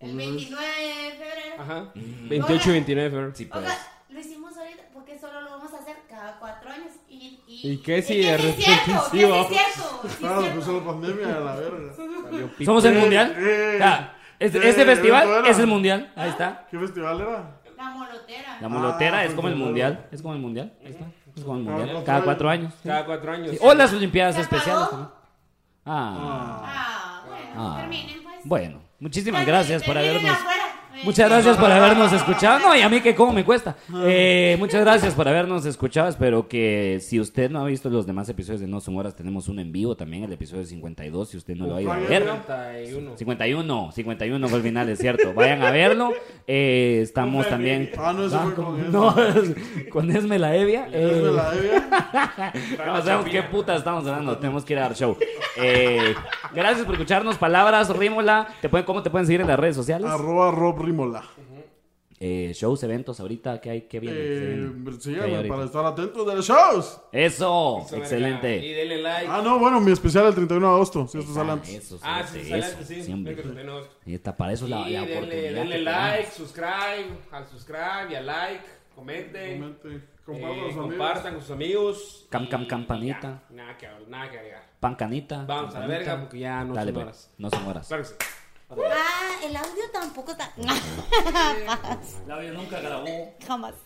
Speaker 5: el 29 de febrero.
Speaker 4: Ajá. 28 y 29 de febrero.
Speaker 2: Sí, pues.
Speaker 5: Oiga, lo hicimos ahorita porque solo lo vamos a hacer cada cuatro años. ¿Y, y,
Speaker 4: ¿Y qué si
Speaker 5: y
Speaker 4: de
Speaker 5: que sí es cierto? que sí
Speaker 4: repetición?
Speaker 5: es cierto? sí es
Speaker 2: Ah,
Speaker 3: Claro,
Speaker 2: pues,
Speaker 5: cierto.
Speaker 3: empezó la pandemia, a la verga.
Speaker 2: ¿Somos el
Speaker 3: Eh,
Speaker 2: mundial?
Speaker 3: eh,
Speaker 2: Ya, este,
Speaker 3: eh,
Speaker 2: este
Speaker 3: ¿eso
Speaker 2: festival
Speaker 3: era?
Speaker 2: es el mundial. Ahí está.
Speaker 3: ¿Qué festival era?
Speaker 5: La molotera.
Speaker 2: La molotera
Speaker 3: Ah,
Speaker 2: es como el
Speaker 3: pues,
Speaker 2: mundial. Es como el mundial. Ahí está. Es como el mundial.
Speaker 3: cuatro
Speaker 2: Cada
Speaker 3: años.
Speaker 2: cuatro años.
Speaker 4: Cada cuatro años.
Speaker 2: Sí, O las Olimpiadas
Speaker 5: Se
Speaker 2: especiales
Speaker 5: apagó.
Speaker 2: también. Ah.
Speaker 5: Ah,
Speaker 2: Ah,
Speaker 5: terminen, pues.
Speaker 2: Bueno, muchísimas
Speaker 5: Pues,
Speaker 2: gracias
Speaker 5: eh,
Speaker 2: por
Speaker 5: miren
Speaker 2: habernos.
Speaker 5: afuera, eh,
Speaker 2: Muchas gracias por habernos escuchado. No, y a mí que cómo me cuesta. Eh, muchas gracias por habernos escuchado. Espero que si usted no ha visto los demás episodios de No Son Horas, tenemos uno en vivo también, el episodio 52, si usted no lo ha ido a ver.
Speaker 4: 91.
Speaker 2: 51, 51 fue el final, es cierto. Vayan a verlo. Eh, estamos también...
Speaker 3: Ah, no, eso fue con eso.
Speaker 2: No, con Esme la Evia.
Speaker 3: Es
Speaker 2: eh,
Speaker 3: de la E Evia.
Speaker 2: no sabemos qué puta estamos hablando. Tenemos que ir a dar show. Eh, gracias por escucharnos. Palabras, rímola. ¿Te pueden, ¿Cómo te pueden seguir en las redes sociales?
Speaker 3: Arroba Rob Rimola.
Speaker 2: Eh, shows, eventos, ahorita, ¿qué hay? ¿Qué viene? ¿Qué se
Speaker 3: Eh,
Speaker 2: viene? ¿Qué hay
Speaker 3: síganme
Speaker 2: ahorita?
Speaker 3: para estar atentos de los shows.
Speaker 2: Eso,
Speaker 4: Y
Speaker 2: excelente.
Speaker 4: denle like.
Speaker 3: Ah, no, bueno, mi especial el 31 de agosto. Si esto sale
Speaker 2: Ah,
Speaker 3: antes.
Speaker 2: eso,
Speaker 4: Ah,
Speaker 2: excelente,
Speaker 4: sí, adelante,
Speaker 2: eso,
Speaker 4: sí. pues,
Speaker 2: sí, hombre.
Speaker 4: Creo que tenemos.
Speaker 2: Ahí está, para eso
Speaker 4: Sí,
Speaker 2: la, la
Speaker 4: denle,
Speaker 2: oportunidad
Speaker 4: denle
Speaker 2: que
Speaker 4: like,
Speaker 2: tenemos.
Speaker 4: subscribe, al subscribe y al like, comenten,
Speaker 3: Comenten,
Speaker 4: eh,
Speaker 3: compartan a sus amigos.
Speaker 4: compartan con sus amigos.
Speaker 2: Cam,
Speaker 4: y-
Speaker 2: cam, campanita.
Speaker 4: y ya, nada, que, nada que agregar.
Speaker 2: Pancanita.
Speaker 4: Vamos a la
Speaker 2: campanita.
Speaker 4: verga porque ya no
Speaker 2: Dale, pues.
Speaker 4: son
Speaker 2: ve,
Speaker 4: horas.
Speaker 2: no son horas.
Speaker 4: Claro que sí.
Speaker 5: Ah, el audio tampoco está.
Speaker 2: La nunca grabó.
Speaker 5: Jamás.